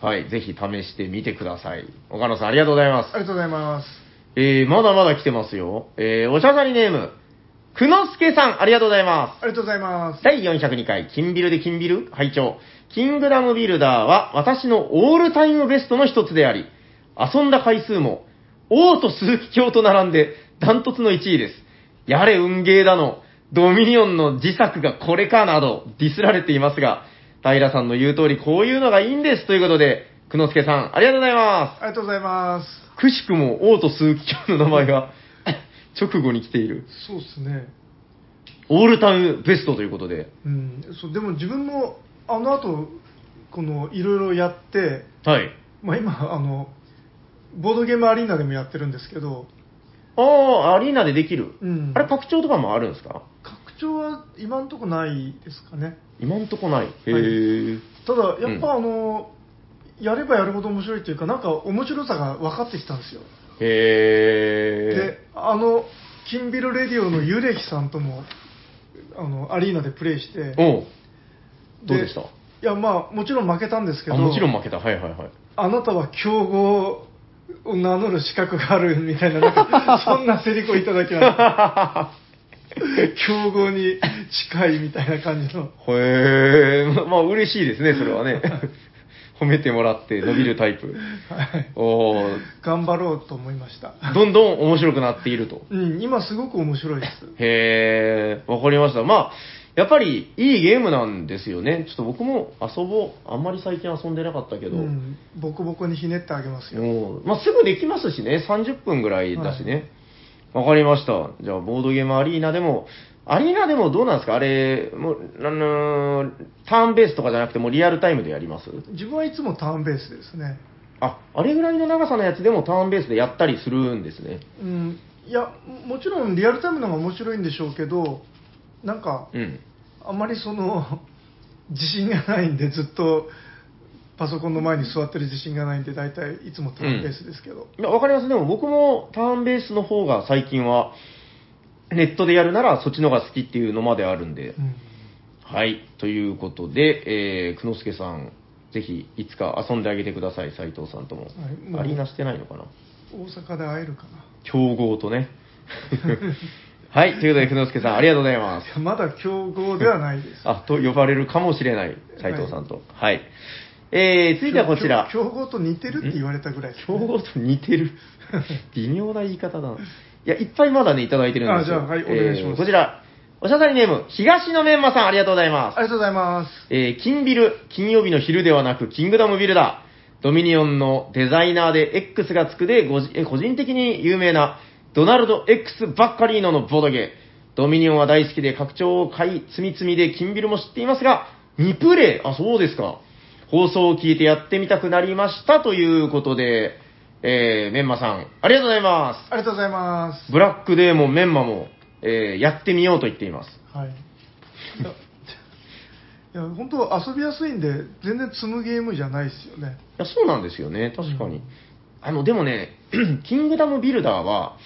Speaker 1: はい、
Speaker 2: はい。ぜひ試してみてください。岡野さん、ありがとうございま
Speaker 1: あ
Speaker 2: す。
Speaker 1: りがとうございます
Speaker 2: えー、まだまだ来てますよ。えー、おしゃさりネーム、くのすけさん、ありがとうございます。
Speaker 1: ありがとうございます
Speaker 2: 第402回、金ビルで金ビル拝聴キングダムビルダーは私のオールタイムベストの一つであり、遊んだ回数も、王と鈴木卿と並んで、ダントツの1位です。やれ運ゲーだの、ドミニオンの自作がこれかなど、ディスられていますが、平さんの言う通りこういうのがいいんですということで、くのすけさん、ありがとうございま
Speaker 1: ありがとうございます
Speaker 2: す。くしくも王と鈴木卿の名前が、直後に来ている。
Speaker 1: そうですね
Speaker 2: オールタイムベストということで、
Speaker 1: うんそうでも自分もあの後このいろいろやって
Speaker 2: はい。
Speaker 1: まあ今あのボードゲームアリーナでもやってるんですけど、
Speaker 2: ああ、アリーナでできる。
Speaker 1: うん、
Speaker 2: あれ、拡張とかもあるんですか
Speaker 1: 拡張は今んとこないですかね
Speaker 2: 今んとこない。へえ、
Speaker 1: ただやっぱあの、やればやるほど面白いっていうかなんか面白さが分かってきたんですよ、で
Speaker 2: へえ。
Speaker 1: あの金ビルレディオのユレヒさんともあのアリーナでプレイして
Speaker 2: おうどうでした
Speaker 1: いやまあもちろん負けたんですけど
Speaker 2: あもちろん負けた。はいはいはい。
Speaker 1: あなたは競合を名乗る資格があるみたいな、 なんかそんなセリコいただきました。競合に近いみたいな感じの。
Speaker 2: へえ、ままあ嬉しいですね、それはね。 褒めてもらって伸びるタイプ。
Speaker 1: はい。
Speaker 2: おー
Speaker 1: 頑張ろうと思いました。
Speaker 2: どんどん面白くなっていると。
Speaker 1: うん、今すごく面白いです。
Speaker 2: へえ、わかりました。まあ、やっぱりいいゲームなんですよね。ちょっと僕も遊ぼう。あんまり最近遊んでなかったけど。
Speaker 1: うん、ボコボコにひねってあげますよ。
Speaker 2: もうまあ、すぐできますしね、30分ぐらいだしね。わ、かりました。じゃあ、ボードゲームアリーナでも、アリーナでもどうなんですかあれ、もう、あのーターンベースとかじゃなくて、もうリアルタイムでやります
Speaker 1: 自分はいつもターンベースですね。
Speaker 2: あ、あれぐらいの長さのやつでもターンベースでやったりするんですね。
Speaker 1: うん、いや、もちろんリアルタイムの方が面白いんでしょうけど、なんか、
Speaker 2: うん。
Speaker 1: あんまりその、 自信がないんで、ずっとパソコンの前に座ってる自信がないんで、大体いつもターンベースですけど、
Speaker 2: いやわかります。でも僕もターンベースの方が最近は、ネットでやるならそっちのが好きっていうのまであるんで。
Speaker 1: うん
Speaker 2: はい。ということで、えー、くのすけさん、ぜひ、いつか遊んであげてください、斉藤さんとも。
Speaker 1: いもう
Speaker 2: アリーナしてないのかな
Speaker 1: 大阪で会えるかな。
Speaker 2: 競合とね。 はい。ということで、くのすけさん、ありがとうございます
Speaker 1: い。やまだ競合ではないです。
Speaker 2: あ、と呼ばれるかもしれない、斉藤さんと。はい。えー、続いてはこちら。
Speaker 1: 競競合と似てるって言われたぐらいです
Speaker 2: 競
Speaker 1: ね、
Speaker 2: 合と似 てる。微妙な言い方だな。いや、いっぱいまだね、いただいてるんですよ。
Speaker 1: あじゃあはいお願いします
Speaker 2: えーこちら、おしゃさりネーム、東のメンマさん、ありがとうございます
Speaker 1: あ。りがとうございます。
Speaker 2: えー金ビル、金曜日の昼ではなく、キングダムビルダー、ドミニオンのデザイナーで X がつくで、ごじえー個人的に有名な、ドナルド X バッカリーノのボードゲー。ドミニオンは大好きで、拡張を買い、積み積みで金ビルも知っていますが、2プレイ、あ、そうですか。放送を聞いてやってみたくなりましたということで、えーメンマさん、ありがとうございま
Speaker 1: ありがとうございます
Speaker 2: す。。ブラックデーもメンマも、えーやってみようと言っています。
Speaker 1: はい。いやいや、本当遊びやすいんで、全然積むゲームじゃないですよね。
Speaker 2: いや、そうなんですよね、確かに。
Speaker 1: うん
Speaker 2: あの、でもね、 キングダムビルダーは、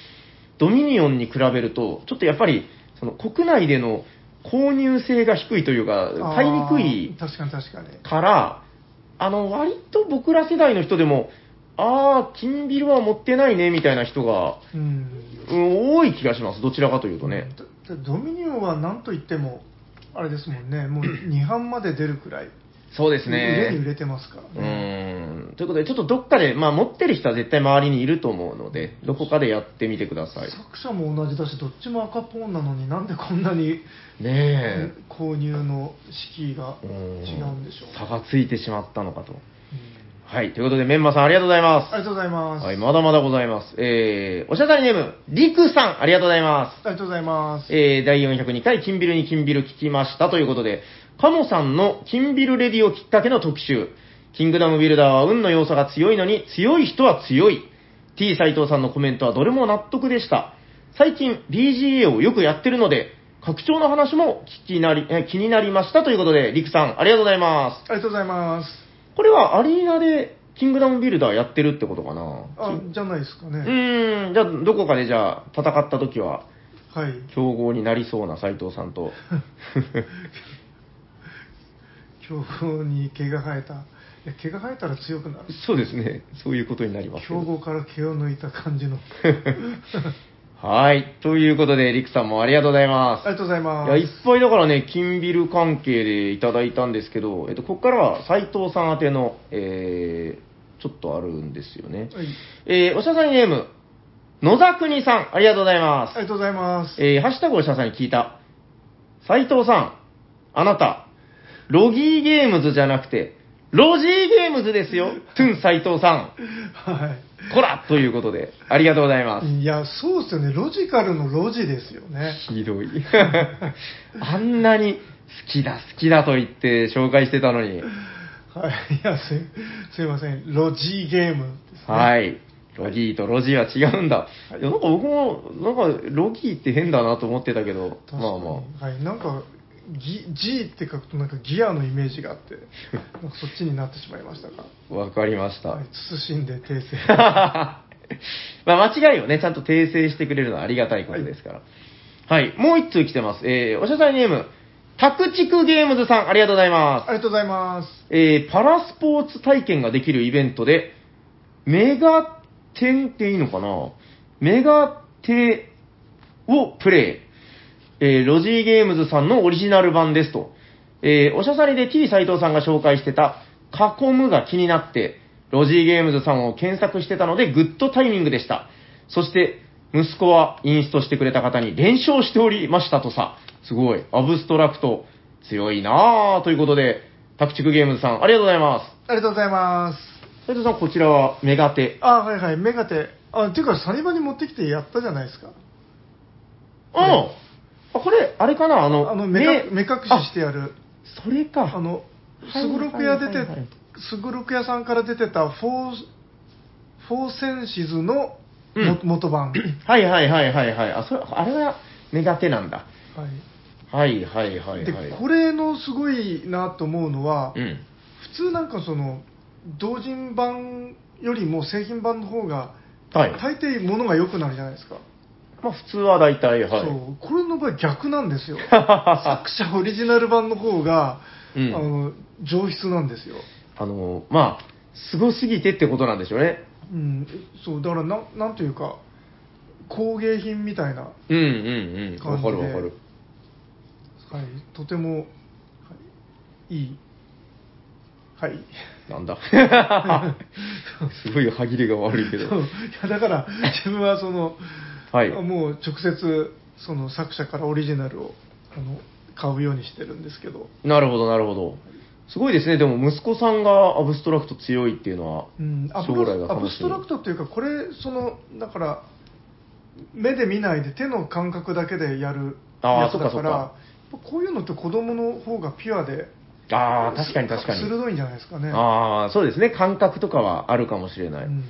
Speaker 2: ドミニオンに比べると、ちょっとやっぱり、その国内での購入性が低いというか、買いにくい
Speaker 1: あー確かに確かに。
Speaker 2: から、あの、割と僕ら世代の人でも、あー、金ビルは持ってないね、みたいな人が、
Speaker 1: うん。
Speaker 2: うん多い気がします、どちらかというとね。
Speaker 1: だドミニオンは何と言っても、あれですもんね、 もう2版まで出るくらい、
Speaker 2: そうです
Speaker 1: 売れに売
Speaker 2: ね。
Speaker 1: れてますから
Speaker 2: う
Speaker 1: ね。
Speaker 2: ん。ということで、ちょっとどっかで、まあ持ってる人は絶対周りにいると思うので、どこかでやってみてください。
Speaker 1: 作者も同じだし、どっちも赤ポーンなのになんでこんなに
Speaker 2: ねえ。
Speaker 1: 購入の敷居が違
Speaker 2: ん
Speaker 1: うんでしょう。
Speaker 2: 差がついてしまったのかと。
Speaker 1: うん
Speaker 2: はい。ということで、メンマさんありがとうございま。
Speaker 1: ありがとうございますす。
Speaker 2: はい、まだまだございます。えー、おしゃさりネーム、りくさん、ありがとうござい
Speaker 1: あ
Speaker 2: ま
Speaker 1: りがとうございます
Speaker 2: す。。えー、第402回、金ビルに金ビル聞きましたということで、カモさんの金ビルレディをきっかけの特集。キングダムビルダーは運の要素が強いのに、強い人は強い。T 斎藤さんのコメントはどれも納得でした。最近、BGA をよくやってるので、拡張の話も聞きなり、え気になりましたということで、りくさん、ありがとうございます。
Speaker 1: ありがとうございます。
Speaker 2: これはアリーナでキングダムビルダーやってるってことかな
Speaker 1: あ、じゃないですか
Speaker 2: う
Speaker 1: ね。
Speaker 2: ーん、じゃあどこかでじゃあ戦った時は
Speaker 1: はい。
Speaker 2: 競合になりそうな斉藤さん と。
Speaker 1: 強豪に毛が生えた。いや、毛が生えたら強くなる。
Speaker 2: そうですね、そういうことになりますけ
Speaker 1: 強
Speaker 2: ど。
Speaker 1: 豪から毛を抜いた感じ の。
Speaker 2: はい、ということで、リクさんもありがとうございま
Speaker 1: あ
Speaker 2: す。
Speaker 1: りがとうござい
Speaker 2: い
Speaker 1: ます。
Speaker 2: や、いっぱいだからね、金ビル関係でいただいたんですけど、えっと、ここからは斉藤さん宛ての、えー、ちょっとあるんですよね。
Speaker 1: はい
Speaker 2: えー、おしゃさんネーム、野田国さん、ありがとうございます
Speaker 1: あ。りがとうございます。
Speaker 2: えーハッシュタグを社さんに聞いた。斉藤さん、あなた、ロギーゲームズじゃなくて、ロジーゲームズですよ。トゥン斉藤さん。
Speaker 1: は
Speaker 2: こらということで、ありがとうございます。
Speaker 1: い。いや、そうですよね。ロジカルのロジですよね。
Speaker 2: ひどい。 あんなに好きだ好きだと言って紹介してたのに。
Speaker 1: はい。いや、すい、すいません。ロジゲームですね。い。
Speaker 2: はい。ロギーとロジーは違うんだ。いやなんか僕も、なんかロギーって変だなと思ってたけど、
Speaker 1: 確か
Speaker 2: ま
Speaker 1: に。
Speaker 2: あまあ。
Speaker 1: はい。なんか、ギ G って書くとなんかギアのイメージがあっ て、なんかそっちになってしまいましたが。
Speaker 2: わかりました。
Speaker 1: はい、慎んで訂 正。
Speaker 2: まあ間違いをね、ちゃんと訂正してくれるのはありがたいことですから。はい、もう一通来てます。えー、おしゃさんネーム、クチクゲームズさん、ありがとうございます
Speaker 1: あ。りがとうございます。
Speaker 2: えーパラスポーツ体験ができるイベントで、メガテンっていいのかなメガテをプレイ。えーロジーゲームズさんのオリジナル版ですと。えーおしゃさりで T 斎藤さんが紹介してた、囲むが気になって、ロジーゲームズさんを検索してたので、グッドタイミングでした。そして、息子はインストしてくれた方に連勝しておりましたとさ。すごい。アブストラクト、強いなぁ、ということで、タクチクゲームズさん、ありがとうございます。
Speaker 1: ありがとうございます。
Speaker 2: 斉藤さん、こちらはメガテ。
Speaker 1: あ、はいはい、メガテ。あ、ていうか、サニバに持ってきてやったじゃないですか。
Speaker 2: うん。あ、これ、あれかなあの、
Speaker 1: あの、目か目隠しして
Speaker 2: あ
Speaker 1: やる。
Speaker 2: それか。
Speaker 1: あの
Speaker 2: はい
Speaker 1: すごろく屋出
Speaker 2: はい
Speaker 1: て
Speaker 2: はいはい
Speaker 1: すごろく屋さんから出てたフォーフォーセンシズの
Speaker 2: うん
Speaker 1: も元 版
Speaker 2: はいはいはいはいはい。あ、それ、あれがメガテなんだ。
Speaker 1: は
Speaker 2: はいはいはい
Speaker 1: い
Speaker 2: はい。
Speaker 1: でこれのすごいなと思うのは、
Speaker 2: うん。
Speaker 1: 普通なんかその同人版よりも製品版の方が
Speaker 2: はい。
Speaker 1: 大抵ものが良くなるじゃないですか、
Speaker 2: まあ普通は大体、は
Speaker 1: そ
Speaker 2: い。
Speaker 1: うこれの場合逆なん ですよ作者オリジナル版の方が、
Speaker 2: うん
Speaker 1: あの上質なんですよ
Speaker 2: あの、まあ、すごすぎてってことなんでしょうね。
Speaker 1: うん、そうだからななんというか工芸品みたいな、は
Speaker 2: うんうんうん。わかるわかる。
Speaker 1: い、とても、はい、いい はい
Speaker 2: なんだ。すごい歯切れが悪いけど。
Speaker 1: そういやだから自分はその、
Speaker 2: はい
Speaker 1: もう直接その作者からオリジナルをあの買うようにしてるんですけど、
Speaker 2: なるほど、なるほど。すごいですね。でも、息子さんがアブストラクト強いっていうのは、
Speaker 1: うん、アブ
Speaker 2: 将来が
Speaker 1: アブ
Speaker 2: 楽
Speaker 1: ス
Speaker 2: しみ
Speaker 1: トラクトっていうかこれそのだから目で見ないで手の感覚だけでやる
Speaker 2: あー
Speaker 1: やつだ
Speaker 2: そ
Speaker 1: か
Speaker 2: っかそっから
Speaker 1: やっぱこういうのって子供の方がピュアで
Speaker 2: ああ、確かに確かに。
Speaker 1: 鋭いんじゃないですかね。
Speaker 2: ああ、そうですね。感覚とかはあるかもしれない。
Speaker 1: うん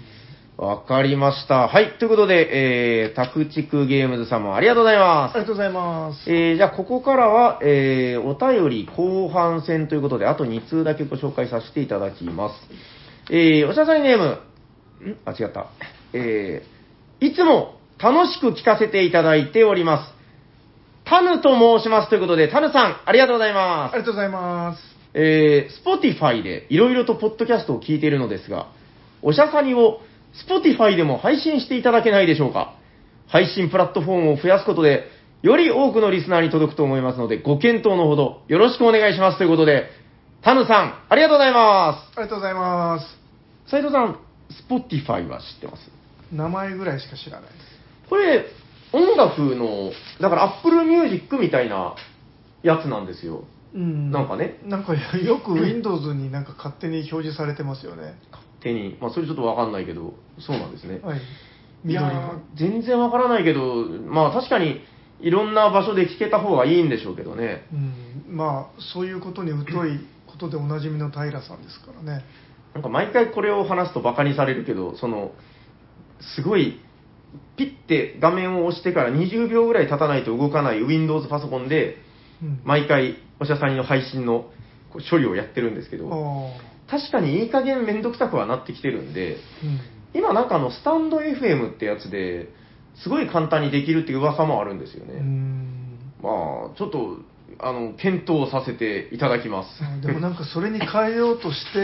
Speaker 2: わかりました。はい。ということで、えー、タクチクゲームズ様ありがとうござい
Speaker 1: あり
Speaker 2: ます。
Speaker 1: がとうございます。
Speaker 2: えー、じゃあ、ここからは、えー、お便り後半戦ということで、あと2通だけご紹介させていただきます。えー、おしゃさりネーム、んあ、違った。えー、いつも楽しく聞かせていただいております。タヌと申しますということで、タヌさん、ありがとうござい
Speaker 1: あ
Speaker 2: ます
Speaker 1: り。がとうございます。
Speaker 2: えー、Spotify でいろいろとポッドキャストを聞いているのですが、おしゃさにを Spotify でも配信していただけないでしょうか。配信プラットフォームを増やすことで、より多くのリスナーに届くと思いますので、ご検討のほどよろしくお願いしますということで、タヌさん、ありがとうございま
Speaker 1: ありがとうございます。
Speaker 2: す。斉藤さん、Spotify は知ってます
Speaker 1: 名前ぐらいしか知らないです。
Speaker 2: これ、音楽の、だから Apple Music みたいなやつなんですよ。
Speaker 1: うん
Speaker 2: なんかね
Speaker 1: なんかよく Windows になんか勝手に表示されてますよね。
Speaker 2: 勝手に。まあ、それちょっとわかんないけど、そうなんですね。
Speaker 1: はい。
Speaker 2: い
Speaker 1: 緑
Speaker 2: や
Speaker 1: が
Speaker 2: ー。全然わからないけど、まあ確かにいろんな場所で聞けた方がいいんでしょうけどね。
Speaker 1: うん。まあ、そういうことに疎いことでおなじみの平さんですからね。
Speaker 2: なんか毎回これを話すとバカにされるけど、その、すごい、ピッて画面を押してから20秒ぐらい経たないと動かない Windows パソコンで、
Speaker 1: うん。
Speaker 2: 毎回おしゃさんの配信のこう処理をやってるんですけ
Speaker 1: あ
Speaker 2: ど、
Speaker 1: ー
Speaker 2: 確かにいい加減めんどくさくはなってきてるんで、
Speaker 1: うん。
Speaker 2: 今なんかあのスタンド FM ってやつで、すごい簡単にできるっていう噂もあるんですよね。
Speaker 1: うん
Speaker 2: まあ、ちょっと、あの、検討させていただきます。
Speaker 1: でもなんかそれに変えようとして、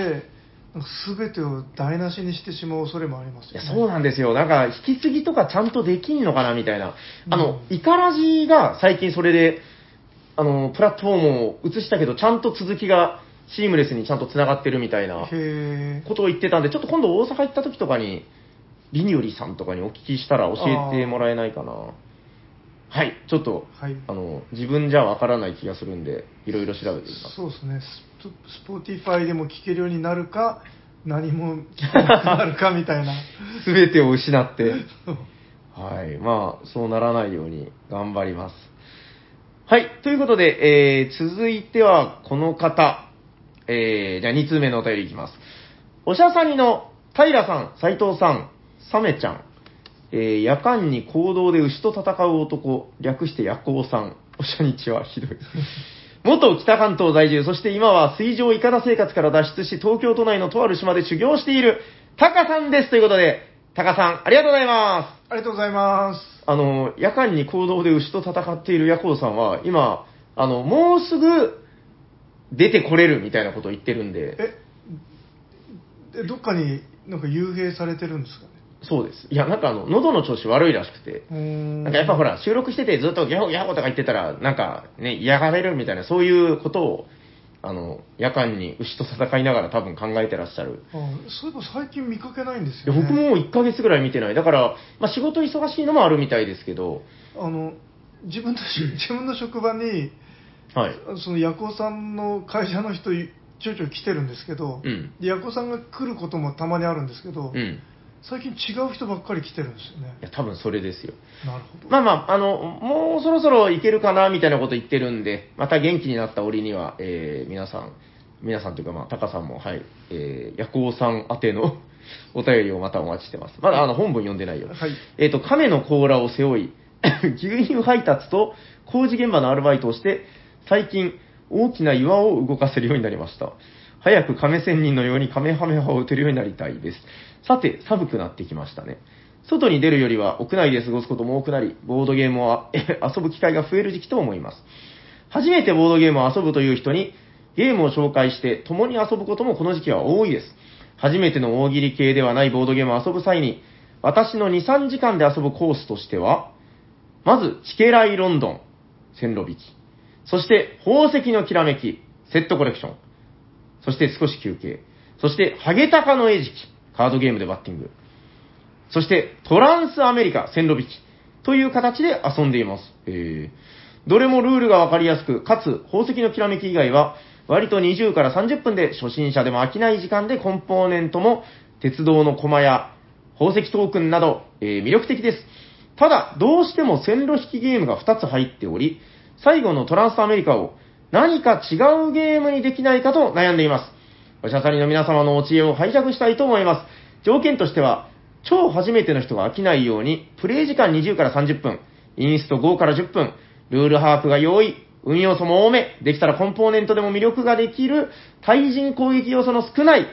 Speaker 1: なんか全てを台無しにしてしまう恐れもあります
Speaker 2: い
Speaker 1: よ
Speaker 2: や、
Speaker 1: ね。
Speaker 2: そうなんですよ。なんか、引き継ぎとかちゃんとできんのかな、みたいな。あの、
Speaker 1: うん
Speaker 2: イカラジが最近それで、あの、プラットフォームを移したけど、ちゃんと続きがシームレスにちゃんと繋がってるみたいな
Speaker 1: へー
Speaker 2: ことを言ってたんで、ちょっと今度大阪行った時とかに、リニオリさんとかにお聞きしたら教えてもらえないかな。はい、ちょっと、
Speaker 1: はい
Speaker 2: あの、自分じゃわからない気がするんで、いろいろ調べてみます。
Speaker 1: そうですねス、スポーティファイでも聴けるようになるか、何も聴けなくなるかみた いな、
Speaker 2: すべてを失って、
Speaker 1: そう
Speaker 2: はい、まあ、そうならないように頑張ります。はい、ということで、えー、続いてはこの方、えー、じゃあ2通目のお便りいきます。おしゃさにの平さん、斉藤さん、サメちゃん、えー、夜間に行動で牛と戦う男、略して夜行さん、おしゃにちはひどい。元北関東在住、そして今は水上いかだ生活から脱出し、東京都内のとある島で修行している、タカさんです。ということで、タカさん、ありがとうございます。
Speaker 1: ありがとうございます。
Speaker 2: あの、夜間に行動で牛と戦っているヤコウさんは、今、あの、もうすぐ出てこれるみたいなことを言ってるんで、
Speaker 1: えでどっかになんか幽閉されてるんですかね
Speaker 2: そうです。いや、なんかあの、喉の調子悪いらしくて、
Speaker 1: うーん
Speaker 2: なんかやっぱほら、収録しててずっとギャホギャホとか言ってたら、なんかね、嫌がられるみたいな、そういうことを、あの、夜間に牛と戦いながら多分考えてらっしゃる。
Speaker 1: あそういえば最近見かけないんです
Speaker 2: いや
Speaker 1: よ、ね、
Speaker 2: 僕も1ヶ月ぐらい見てない。だから、まあ、仕事忙しいのもあるみたいですけど、
Speaker 1: あの自 分のし自分の職場に
Speaker 2: はい。
Speaker 1: そのヤコさんの会社の人いちょいちょい来てるんですけど、
Speaker 2: うん
Speaker 1: でヤコさんが来ることもたまにあるんですけど、
Speaker 2: うん。
Speaker 1: 最近違う人ばっかり来てるんですよね
Speaker 2: いや、多分それですよ。
Speaker 1: なるほど、
Speaker 2: まあまあ、あの、もうそろそろいけるかな、みたいなこと言ってるんで、また元気になった折には、えー、皆さん、皆さんというか、まあ、タカさんも、はい、えー、ヤコウさん宛ての お便りをまたお待ちしてます。まだ、あの、本文読んでないよ。
Speaker 1: はい
Speaker 2: えっ、と、亀の甲羅を背負い、 牛乳配達と工事現場のアルバイトをして、最近、大きな岩を動かせるようになりました。早く亀仙人のように亀ハメハを打てるようになりたいです。さて、寒くなってきましたね。外に出るよりは屋内で過ごすことも多くなり、ボードゲームをあ遊ぶ機会が増える時期と思います。初めてボードゲームを遊ぶという人に、ゲームを紹介して共に遊ぶこともこの時期は多いです。初めての大喜利系ではないボードゲームを遊ぶ際に、私の2、3時間で遊ぶコースとしては、まず、チケライロンドン、線路引き。そして、宝石のきらめき、セットコレクション。そして、少し休憩。そして、ハゲタカの餌食、カードゲームでバッティング。そして、トランスアメリカ線路引きという形で遊んでいます。えー、どれもルールがわかりやすく、かつ宝石のきらめき以外は、割と20から30分で初心者でも飽きない時間でコンポーネントも鉄道の駒や宝石トークンなど、えー魅力的です。ただ、どうしても線路引きゲームが2つ入っており、最後のトランスアメリカを何か違うゲームにできないかと悩んでいます。おしゃさりの皆様のお知恵を拝借したいと思います。条件としては、超初めての人が飽きないように、プレイ時間20から30分、インスト5から10分、ルール把握が容易、運要素も多め、できたらコンポーネントでも魅力ができる、対人攻撃要素の少ない、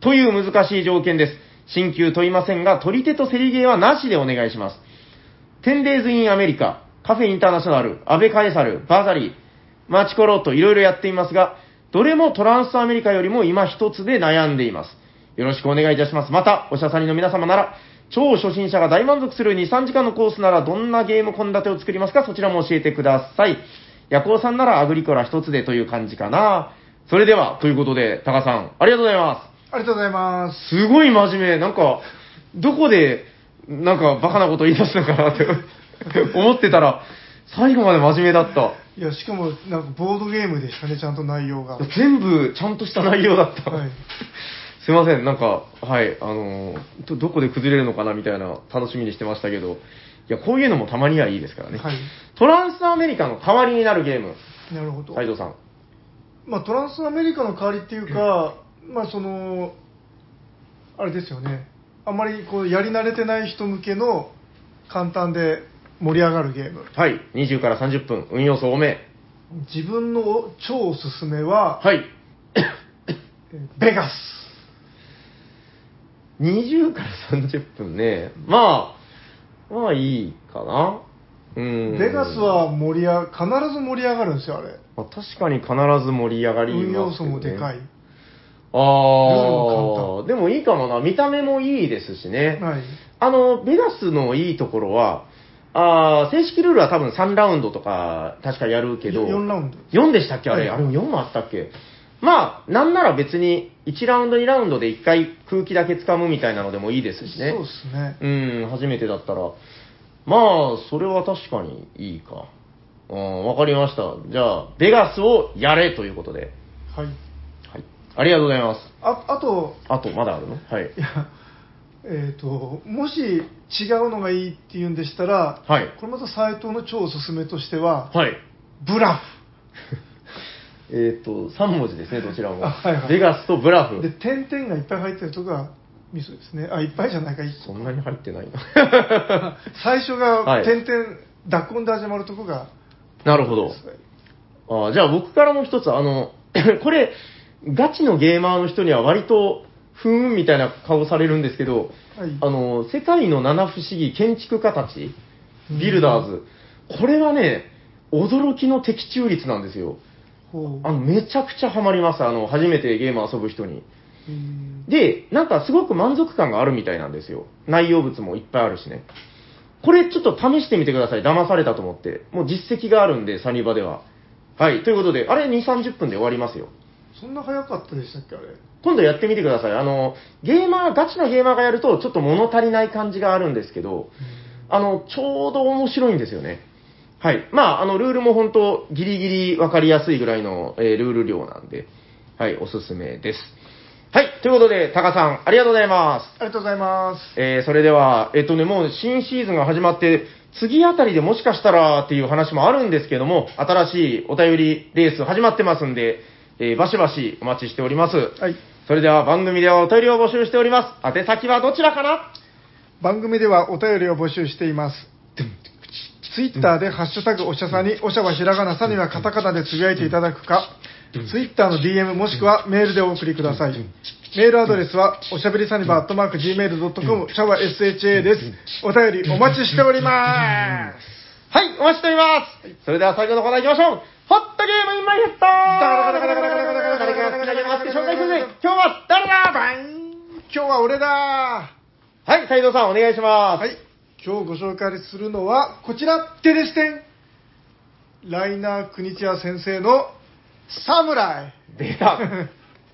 Speaker 2: という難しい条件です。新旧問いませんが、取り手と競りゲーはなしでお願いします。テンデイズ・イン・アメリカ、カフェ・インターナショナル、アベ・カエサル、バザリー、マチコロといろいろやっていますが、どれもトランスアメリカよりも今一つで悩んでいます。よろしくお願いいたします。また、おしゃさりの皆様なら、超初心者が大満足する2、3時間のコースならどんなゲーム献立を作りますかそちらも教えてください。夜行さんならアグリコラ一つでという感じかな。それでは、ということで、タカさん、ありがとうございます。
Speaker 1: ありがとうございます
Speaker 2: すごい真面目。なんか、どこで、なんかバカなこと言い出したのかなって思ってたら、最後まで真面目だった。
Speaker 1: いやしかもなんかボードゲームでしたねちゃんと内容が
Speaker 2: 全部ちゃんとした内容だった。
Speaker 1: はい
Speaker 2: すいません、なんか、はい、あのーど、どこで崩れるのかなみたいな楽しみにしてましたけど、いや、こういうのもたまにはいいですからね。
Speaker 1: はい
Speaker 2: トランスアメリカの代わりになるゲーム、
Speaker 1: なるほど、
Speaker 2: 斎藤さん。
Speaker 1: まあ、トランスアメリカの代わりっていうか、まあそのあれですよねあまりこうやり慣れてない人向けの簡単で盛り上がるゲーム
Speaker 2: はい、20から30分、運用層多め。
Speaker 1: 自分の超おすすめは、
Speaker 2: はい。
Speaker 1: えーベガス
Speaker 2: 20から30分ね、まあ、まあいいかな。うん。
Speaker 1: ベガス、は盛り上必ず盛り上がるんですよあれ
Speaker 2: まあ、確かに必ず盛り上がりますけ
Speaker 1: 運
Speaker 2: どね
Speaker 1: 要素もでかい、
Speaker 2: あ
Speaker 1: ルールも簡
Speaker 2: あ、でもいいかもな。見た目もいいですしね。
Speaker 1: はい、
Speaker 2: あの、ベガスのいいところは、あー正式ルールは多分3ラウンドとか、確かやるけど、
Speaker 1: 4ラウンド
Speaker 2: 4でしたっけあれ。
Speaker 1: は
Speaker 2: あ
Speaker 1: い
Speaker 2: れ4もあったっけまあ、なんなら別に1ラウンド、2ラウンドで1回空気だけ掴むみたいなのでもいいですしね。
Speaker 1: そうですね
Speaker 2: うん、初めてだったら。まあ、それは確かにいいか。うん、わかりました。じゃあ、ベガスをやれということで。
Speaker 1: はい
Speaker 2: はい。ありがとうございます。
Speaker 1: ああと
Speaker 2: あと、まだあるのはい。
Speaker 1: いや、えー、ともし違うのがいいっていうんでしたら、
Speaker 2: はい
Speaker 1: これまた斎藤の超おすすめとしては、
Speaker 2: はい。
Speaker 1: ブラ
Speaker 2: えっ、と、3文字ですね、どちらも。
Speaker 1: あはいはい
Speaker 2: ベガスとブラ
Speaker 1: フで
Speaker 2: フ。
Speaker 1: 点々がいっぱい入ってるとこがミソですねあいっぱいじゃないか一個
Speaker 2: そんなに入ってないな。
Speaker 1: 最初
Speaker 2: は
Speaker 1: が
Speaker 2: い
Speaker 1: 点々濁音で始まるとこが
Speaker 2: なるほど。あーじゃあ僕からも一つ、あの、 これ、ガチのゲーマーの人には割と、ふーんみたいな顔されるんですけど、
Speaker 1: はい
Speaker 2: あの、世界の七不思議建築家たち、ビルダーズ、これはね、驚きの的中率なんですよ。
Speaker 1: ほう
Speaker 2: あの、めちゃくちゃハマります。あの、初めてゲーム遊ぶ人に。
Speaker 1: へー
Speaker 2: で、なんかすごく満足感があるみたいなんですよ。内容物もいっぱいあるしね。これちょっと試してみてください。騙されたと思って。もう実績があるんで、サニバでは。はい。ということで、あれ2、30分で終わりますよ。
Speaker 1: そんな早かったでしたっけあれ
Speaker 2: 今度やってみてください。あの、ゲーマー、ガチのゲーマーがやると、ちょっと物足りない感じがあるんですけど、あの、ちょうど面白いんですよね。はい。まあ、あの、ルールも本当、ギリギリ分かりやすいぐらいの、えールール量なんで、はい、おすすめです。はい。ということで、タカさん、ありがとうございます。
Speaker 1: ありがとうございます
Speaker 2: えーそれでは、えっとね、もう新シーズンが始まって、次あたりでもしかしたらっていう話もあるんですけども、新しいお便りレース始まってますんで、えーバシバシお待ちしております。
Speaker 1: はい
Speaker 2: それでは番組ではお便りを募集しております。宛先はどちらかな
Speaker 1: 番組ではお便りを募集していますツイッターで「ハッシュタグおしゃさに」おしゃはひらがなさにはカタカナでつぶやいていただくかツイッターの DM もしくはメールでお送りくださいメールアドレスはおしゃべりさにば atmarkgmail.com シャワ SHA ですお便りお待ちしております
Speaker 2: はい、お待ちしております。それでは最後のコーナー行きましょう。ホットゲームインマイヘッド誰がつなげますか紹介するぜ今日は誰だバイン
Speaker 1: 今日は俺だ
Speaker 2: はい、斉藤さんお願いします。
Speaker 1: はい。今日ご紹介するのはこちらテレステンライナー国千谷先生の「サムライ
Speaker 2: 出た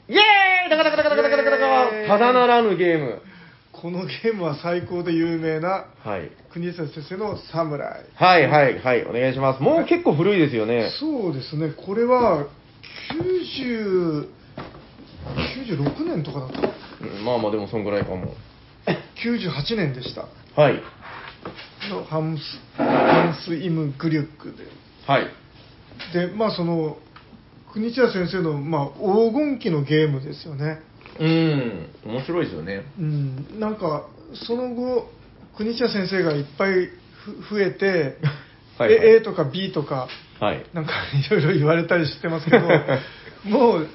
Speaker 2: イエーイダカダカダカダカダカダカ
Speaker 1: イエーイ
Speaker 2: ただならぬゲーム。」
Speaker 1: このゲームは最高で有名な
Speaker 2: はい。
Speaker 1: 国千谷先生の「サムライ
Speaker 2: はいはいはい、お願いします。もう結構古いですよ」ね。
Speaker 1: そうですねこれは90 96年とかだったか
Speaker 2: うんまあまあでもそんぐらいかも。
Speaker 1: 98年でした
Speaker 2: はい。
Speaker 1: のハンスハンス・イム・グリュックで
Speaker 2: はい。
Speaker 1: でまあその国千谷先生の、まあ、黄金期のゲームですよね
Speaker 2: うん、面白いですよね。
Speaker 1: うん、なんかその後国千先生がいっぱいふ増えて
Speaker 2: はいはい
Speaker 1: A A とか B とか
Speaker 2: はい。
Speaker 1: なんかいろいろ言われたりしてますけどもう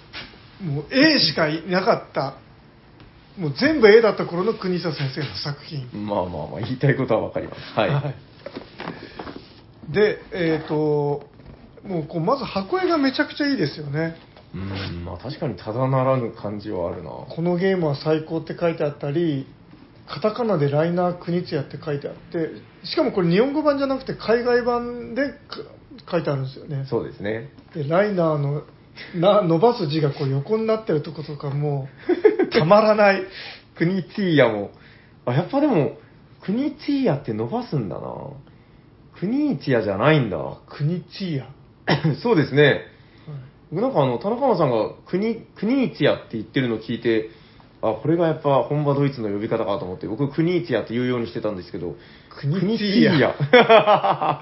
Speaker 1: もう A しかいなかったもう全部 A だった頃の国千先生の作品
Speaker 2: まあまあまあ、言いたいことはわかります。はい。
Speaker 1: でえっ、ともうこうまず箱絵がめちゃくちゃいいですよね
Speaker 2: うん、まあ確かにただならぬ感じはあるな。
Speaker 1: このゲームは最高って書いてあったりカタカナでライナー・クニツヤって書いてあってしかもこれ日本語版じゃなくて海外版でか書いてあるんですよね
Speaker 2: そうですね。
Speaker 1: でライナーのな伸ばす字がこう横になってるとことかもうたまらない
Speaker 2: 国ティーヤも、あ、やっぱでも、国ティーヤって伸ばすんだな。国ティーヤじゃない んだ。
Speaker 1: クニツヤ、は
Speaker 2: そうですね。
Speaker 1: い
Speaker 2: 僕なんかあの、田中間さんが国、国一屋って言ってるのを聞いて、あ、これがやっぱ本場ドイツの呼び方かと思って、僕国一屋って言うようにしてたんですけど、
Speaker 1: 国一屋
Speaker 2: 屋。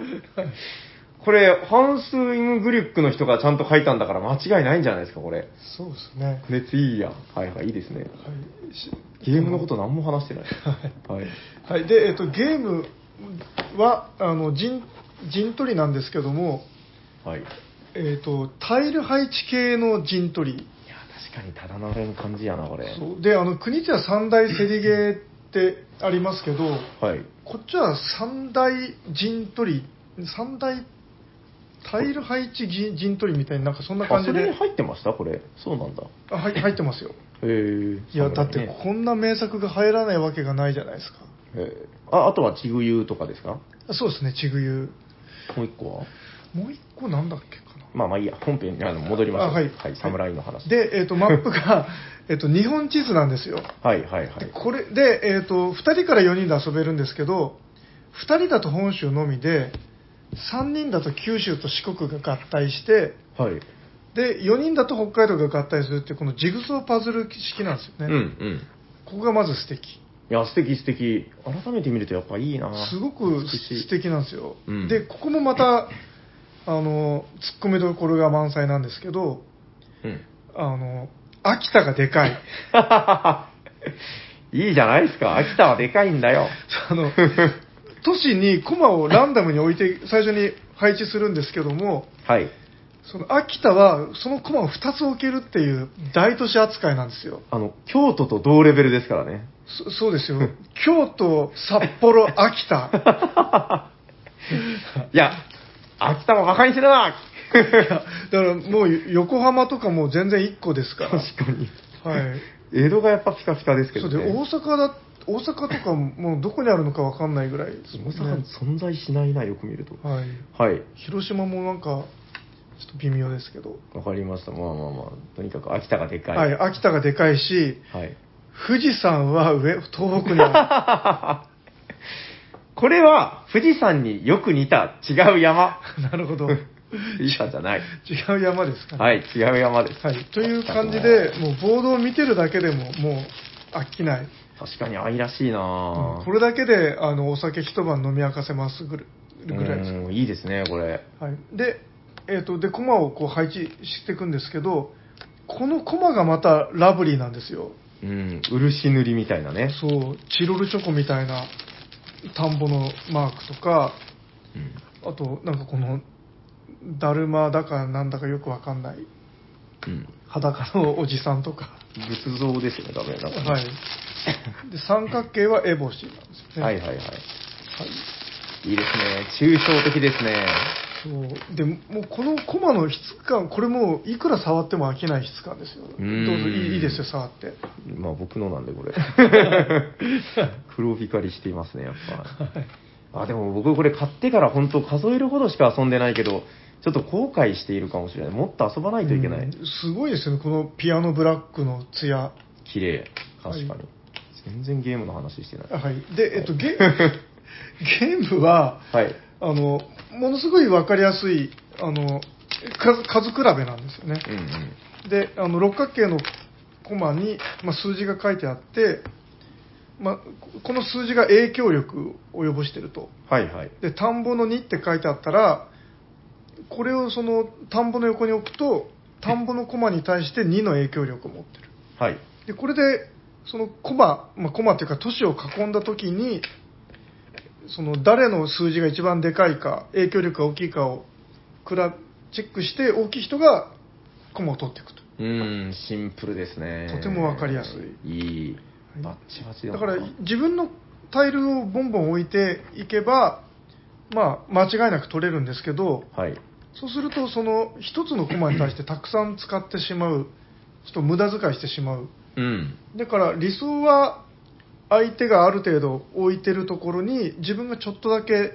Speaker 2: これ、ハンス・イム・グリュックの人がちゃんと書いたんだから間違いないんじゃないですか、これ。
Speaker 1: そうですね、
Speaker 2: 国一屋。はいはい、いいですね。
Speaker 1: はいし
Speaker 2: ゲームのこと何も話してない。はい。
Speaker 1: はい、で、えっと、ゲームはあの陣陣取りなんですけども
Speaker 2: はい。いや、
Speaker 1: えっとタイル配置系の陣取り
Speaker 2: 確かにただなれん感じやな、これ。
Speaker 1: そうであの国じゃ三大競りゲーってありますけど
Speaker 2: はい。
Speaker 1: こっちは三大陣取り三大タイル配置陣陣取りみたいになんかそんな感
Speaker 2: あ、
Speaker 1: じ
Speaker 2: それ
Speaker 1: で
Speaker 2: に入ってましたこれ。そうなんだ。
Speaker 1: あはい入ってますよ
Speaker 2: へえ。
Speaker 1: いや
Speaker 2: そう
Speaker 1: だ
Speaker 2: な
Speaker 1: っ
Speaker 2: んね
Speaker 1: てこんな名作が入らないわけがないじゃないですか
Speaker 2: えーああとはちぐゆとかですか
Speaker 1: あそうですねちぐゆ
Speaker 2: もう一個は
Speaker 1: もう一個なんだっけかな
Speaker 2: まあまあいいや本編にあの戻りましょう
Speaker 1: あはい
Speaker 2: 侍の話
Speaker 1: で、えっとマップ が、えっと日本地図なんですよ
Speaker 2: はいはいは
Speaker 1: で
Speaker 2: い
Speaker 1: これで、えー、と2人から4人で遊べるんですけど2人だと本州のみで3人だと九州と四国が合体して
Speaker 2: はい、
Speaker 1: で4人だと北海道が合体するっていうこのジグソーパズル式なんです
Speaker 2: う
Speaker 1: よ
Speaker 2: ん
Speaker 1: ね、
Speaker 2: うん
Speaker 1: ここがまず素敵
Speaker 2: いや素敵素敵改めて見るとやっぱいいな
Speaker 1: すごく
Speaker 2: 美しい
Speaker 1: 素敵なんですよ、
Speaker 2: うん
Speaker 1: でここもま たあのツッコミどころが満載なんですけど
Speaker 2: うん、
Speaker 1: あの秋田がでかい
Speaker 2: いいじゃないですか秋田はでかいんだ よ
Speaker 1: あの都市に駒をランダムに置いて最初に配置するんですけども
Speaker 2: はい
Speaker 1: その秋田はその駒を2つ置けるっていう大都市扱いなんですよ
Speaker 2: あの京都と同レベルですから ね
Speaker 1: そそうですよ京都札幌秋田
Speaker 2: いや秋田は馬鹿にする
Speaker 1: だ
Speaker 2: な
Speaker 1: からもう横浜とかも全然1個ですから。
Speaker 2: 確かに。
Speaker 1: はい。
Speaker 2: 江戸がやっぱピカピカですけ
Speaker 1: そ
Speaker 2: ど
Speaker 1: うで、
Speaker 2: ね。
Speaker 1: 大阪だ、大阪とかももうどこにあるのかわかんないぐらいですもん
Speaker 2: 大阪
Speaker 1: ね。
Speaker 2: 存在しないな、よく見ると。
Speaker 1: はい。
Speaker 2: はい。
Speaker 1: 広島もなんか、ちょっと微妙ですけど。
Speaker 2: わかりました。まあまあまあ。とにかく秋田がでかい。
Speaker 1: はい、
Speaker 2: はい。
Speaker 1: 秋田がでかいし、富士山は上、東北にあ
Speaker 2: これは、富士山によく似た違う山。
Speaker 1: る。なるほど。
Speaker 2: 富士山じゃない。
Speaker 1: 違う山ですかね。
Speaker 2: はい、違う山です。
Speaker 1: はい。という感じで、もうボードを見てるだけでも、もう飽きない。
Speaker 2: 確かに愛らしいな
Speaker 1: これだけで、あの、お酒一晩飲み明かせますぐるぐらいです。
Speaker 2: うんいいですね、これ。
Speaker 1: はい、で、えー、とで駒をこう配置していくんですけどこの駒がまたラブリーなんですよ
Speaker 2: うん、漆塗りみたいなね。
Speaker 1: そうチロルチョコみたいな田んぼのマークとか
Speaker 2: うん
Speaker 1: あとなんかこのだるまだかなんだかよくわかんない
Speaker 2: うん。
Speaker 1: 裸のおじさんとか,、
Speaker 2: 仏像ですよね、ダメなんかね
Speaker 1: はい、で三角形はエボシなんですね
Speaker 2: はいはいはい。
Speaker 1: はい
Speaker 2: いいですね。抽象的ですね。
Speaker 1: そうでもうこの駒の質感これもういくら触っても飽きない質感ですよどうぞ
Speaker 2: ん
Speaker 1: いいいいですよ触って
Speaker 2: まあ僕のなんでこ れ。黒光りしていますね、やっぱ。あ、でも僕これ買ってから本当数えるほどしか遊んでないけど、ちょっと後悔しているかもしれない。もっと遊ばないといけない。
Speaker 1: うんすごいですよねこのピアノブラックのツヤ
Speaker 2: 綺麗。確かに、
Speaker 1: はい
Speaker 2: 全然ゲームの話してない。
Speaker 1: はいでえっとゲゲームは
Speaker 2: はい。
Speaker 1: あのものすごい分かりやすいあの数数比べなんですよね
Speaker 2: うんうん。
Speaker 1: であの六角形のコマに、まあ、数字が書いてあって、まあ、この数字が影響力を及ぼしてると
Speaker 2: はいはい。
Speaker 1: で田んぼの2って書いてあったらこれをその田んぼの横に置くと田んぼのコマに対して2の影響力を持ってる
Speaker 2: はい。
Speaker 1: でこれでそのコマ、まあ、コマというか都市を囲んだ時にその誰の数字が一番でかいか影響力が大きいかをくらチェックして大きい人がコマを取っていくと
Speaker 2: うーん、シンプルですね。
Speaker 1: とてもわかりやす
Speaker 2: い。いい。
Speaker 1: い
Speaker 2: バッチバチだ
Speaker 1: だ
Speaker 2: な
Speaker 1: から自分のタイルをボンボン置いていけば、まあ、間違いなく取れるんですけど
Speaker 2: はい。
Speaker 1: そうするとその一つのコマに対してたくさん使ってしまうちょっと無駄遣いしてしまう
Speaker 2: うん。
Speaker 1: だから理想は相手がある程度置いてるところに自分がちょっとだけ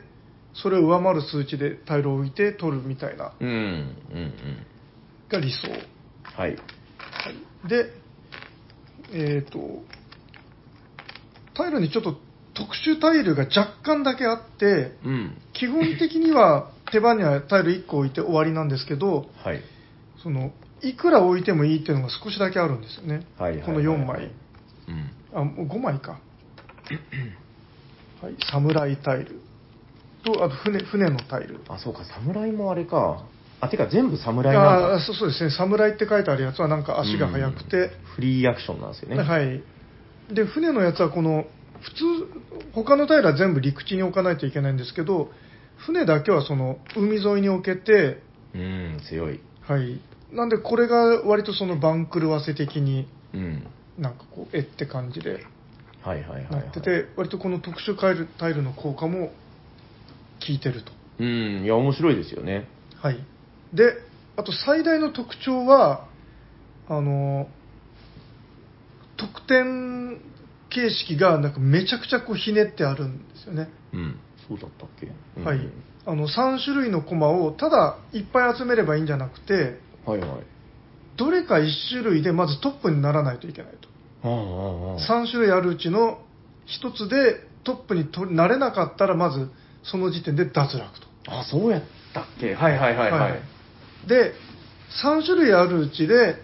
Speaker 1: それを上回る数値でタイルを置いて取るみたいな
Speaker 2: うん。うんうん。
Speaker 1: が理想
Speaker 2: はい。
Speaker 1: でえっ、とタイルにちょっと特殊タイルが若干だけあって
Speaker 2: うん。
Speaker 1: 基本的には手番にはタイル1個置いて終わりなんですけど
Speaker 2: はい。
Speaker 1: そのいくら置いてもいいっていうのが少しだけあるんですよね、
Speaker 2: はいはいはいはい
Speaker 1: この4枚
Speaker 2: うん。
Speaker 1: あもう5枚かはい侍タイルとあと船船のタイル
Speaker 2: あ、そうか、侍もあれか。あ、てか全部侍なんだ
Speaker 1: あーそうそうですね侍って書いてあるやつはなんか足が速くて、
Speaker 2: うんフリーアクションなんですよね。い。
Speaker 1: はいで船のやつはこの普通他のタイルは全部陸地に置かないといけないんですけど船だけはその海沿いに置けて
Speaker 2: うん、強い。
Speaker 1: はいなんでこれが割とその番狂わせ的に
Speaker 2: うん。
Speaker 1: なんかこう絵って感じで
Speaker 2: はいはいはい、は。
Speaker 1: ないってて、割とこの特殊タイルタイルの効果も効いてると
Speaker 2: うん、いや、面白いですよね。
Speaker 1: はいであと最大の特徴はあの得点形式がなんかめちゃくちゃこうひねってあるんですよね、
Speaker 2: うん。そうだったっけ、うん
Speaker 1: はいあの3種類の駒をただいっぱい集めればいいんじゃなくて
Speaker 2: はいはい。
Speaker 1: どれか1種類でまずトップにならないといけないと
Speaker 2: ああ、ああ、ああ。
Speaker 1: 3種類あるうちの1つでトップにとなれなかったらまずその時点で脱落と
Speaker 2: あ、そうやったっけはいはいはいはい。
Speaker 1: で3種類あるうちで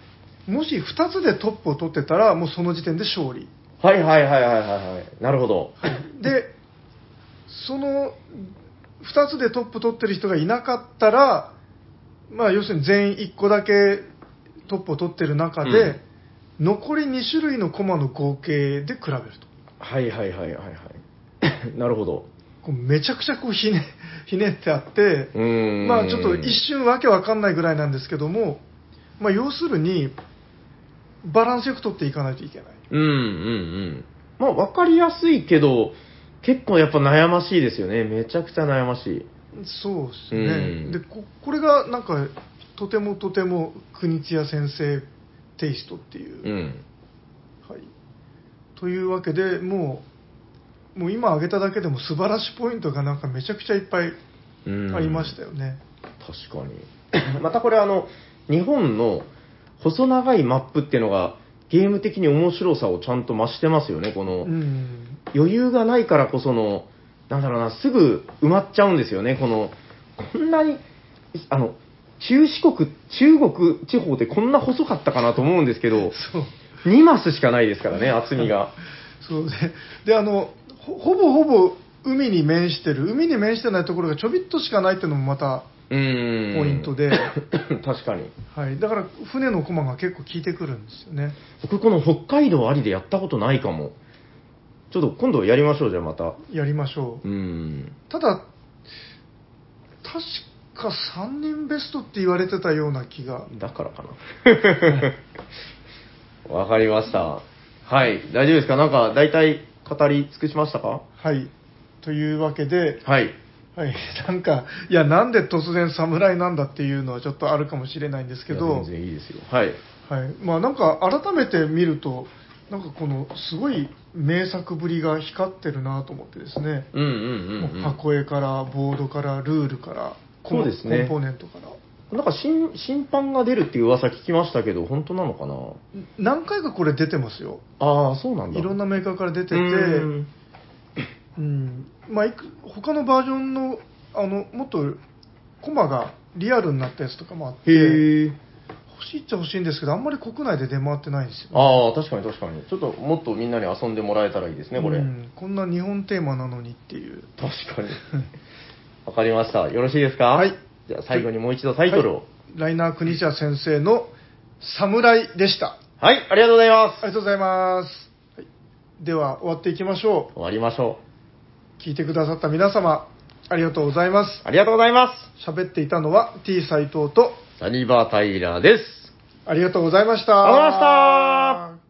Speaker 1: もし2つでトップを取ってたらもうその時点で勝利
Speaker 2: はいはいはいはいはいはい。なるほど。
Speaker 1: でその2つでトップ取ってる人がいなかったらまあ要するに全員1個だけトップを取ってる中で、
Speaker 2: うん
Speaker 1: 残り2種類の駒の合計で比べると
Speaker 2: はいはいはいはい はい。なるほど。
Speaker 1: こうめちゃくちゃこうひね ひねってあって
Speaker 2: うーん。
Speaker 1: まあちょっと一瞬わけわかんないぐらいなんですけども、まあ、要するにバランスよく取っていかないといけない
Speaker 2: うんうんうん。まあ、わかりやすいけど、結構やっぱ悩ましいですよね。めちゃくちゃ悩ましい。
Speaker 1: そうですね、
Speaker 2: うん
Speaker 1: でここれがなんかとてもとても国津屋先生テイストっていう、
Speaker 2: うん。
Speaker 1: はい、というわけでもうもう今挙げただけでも素晴らしいポイントがなんかめちゃくちゃいっぱい
Speaker 2: うん
Speaker 1: ありましたよね、
Speaker 2: 確かに またこれあの日本の細長いマップっていうのがゲーム的に面白さをちゃんと増してますよねこの
Speaker 1: うん
Speaker 2: 余裕がないからこそのなんだろうなすぐ埋まっちゃうんですよねこのこんなにあの中四国中国地方ってこんな細かったかなと思うんですけど
Speaker 1: そう
Speaker 2: 2マスしかないですからね厚み が
Speaker 1: そうでであのほほぼほぼ海に面してる海に面してないところがちょびっとしかないっていうのもまた、
Speaker 2: うーん
Speaker 1: ポイントで
Speaker 2: 確かに
Speaker 1: はい、だから船の駒が結構効いてくるんですよね
Speaker 2: 僕この北海道ありでやったことないかもちょっと今度やりましょうじゃあまた
Speaker 1: やりましょう、
Speaker 2: うん
Speaker 1: ただ確か3年ベストって言われてたような気が
Speaker 2: だからかな わかりましたはい大丈夫ですかなんか大体語り尽くしましたか
Speaker 1: はいというわけで
Speaker 2: はい
Speaker 1: はい、なんか、いや、なんで突然侍なんだっていうのはちょっとあるかもしれないんですけ
Speaker 2: いや
Speaker 1: ど
Speaker 2: 全、然いいですよはい
Speaker 1: はい、まあなんか改めて見ると、なんかこのすごい名作ぶりが光ってるなと思ってですね、
Speaker 2: うんうんうん、うん、
Speaker 1: もう箱絵からボードからルールから、コン
Speaker 2: そうですね
Speaker 1: コンポーネントから。
Speaker 2: なんか新新版が出るっていう噂聞きましたけど本当なのかな
Speaker 1: 何回かこれ出てますよ。
Speaker 2: ああそうなんだ
Speaker 1: いろんなメーカーから出てて、
Speaker 2: うん
Speaker 1: うん、まあいく他のバージョンの、あの、もっとコマがリアルになったやつとかもあって、
Speaker 2: へえ
Speaker 1: 欲しいっちゃ欲しいんですけど、あんまり国内で出回ってないんですよ、
Speaker 2: ああ確かに確かにちょっともっとみんなに遊んでもらえたらいいですねこれ、
Speaker 1: うんこんな日本テーマなのにっていう。
Speaker 2: 確かにわかりましたよろしいですかはいじゃあ最後にもう一度タイトルを
Speaker 1: ライナー国茶先生の侍でした。
Speaker 2: はい、ありがとうございま
Speaker 1: あり
Speaker 2: す
Speaker 1: がとうございます。はいでは、終わっていきましょ
Speaker 2: 終わりましょ
Speaker 1: う。聞いてくださった皆様、ありがとうございます。
Speaker 2: うありがとうございま
Speaker 1: 喋っていたのは T 斎藤と、
Speaker 2: すサニバータイラーです
Speaker 1: ありがとうございました。
Speaker 2: ありがとうございました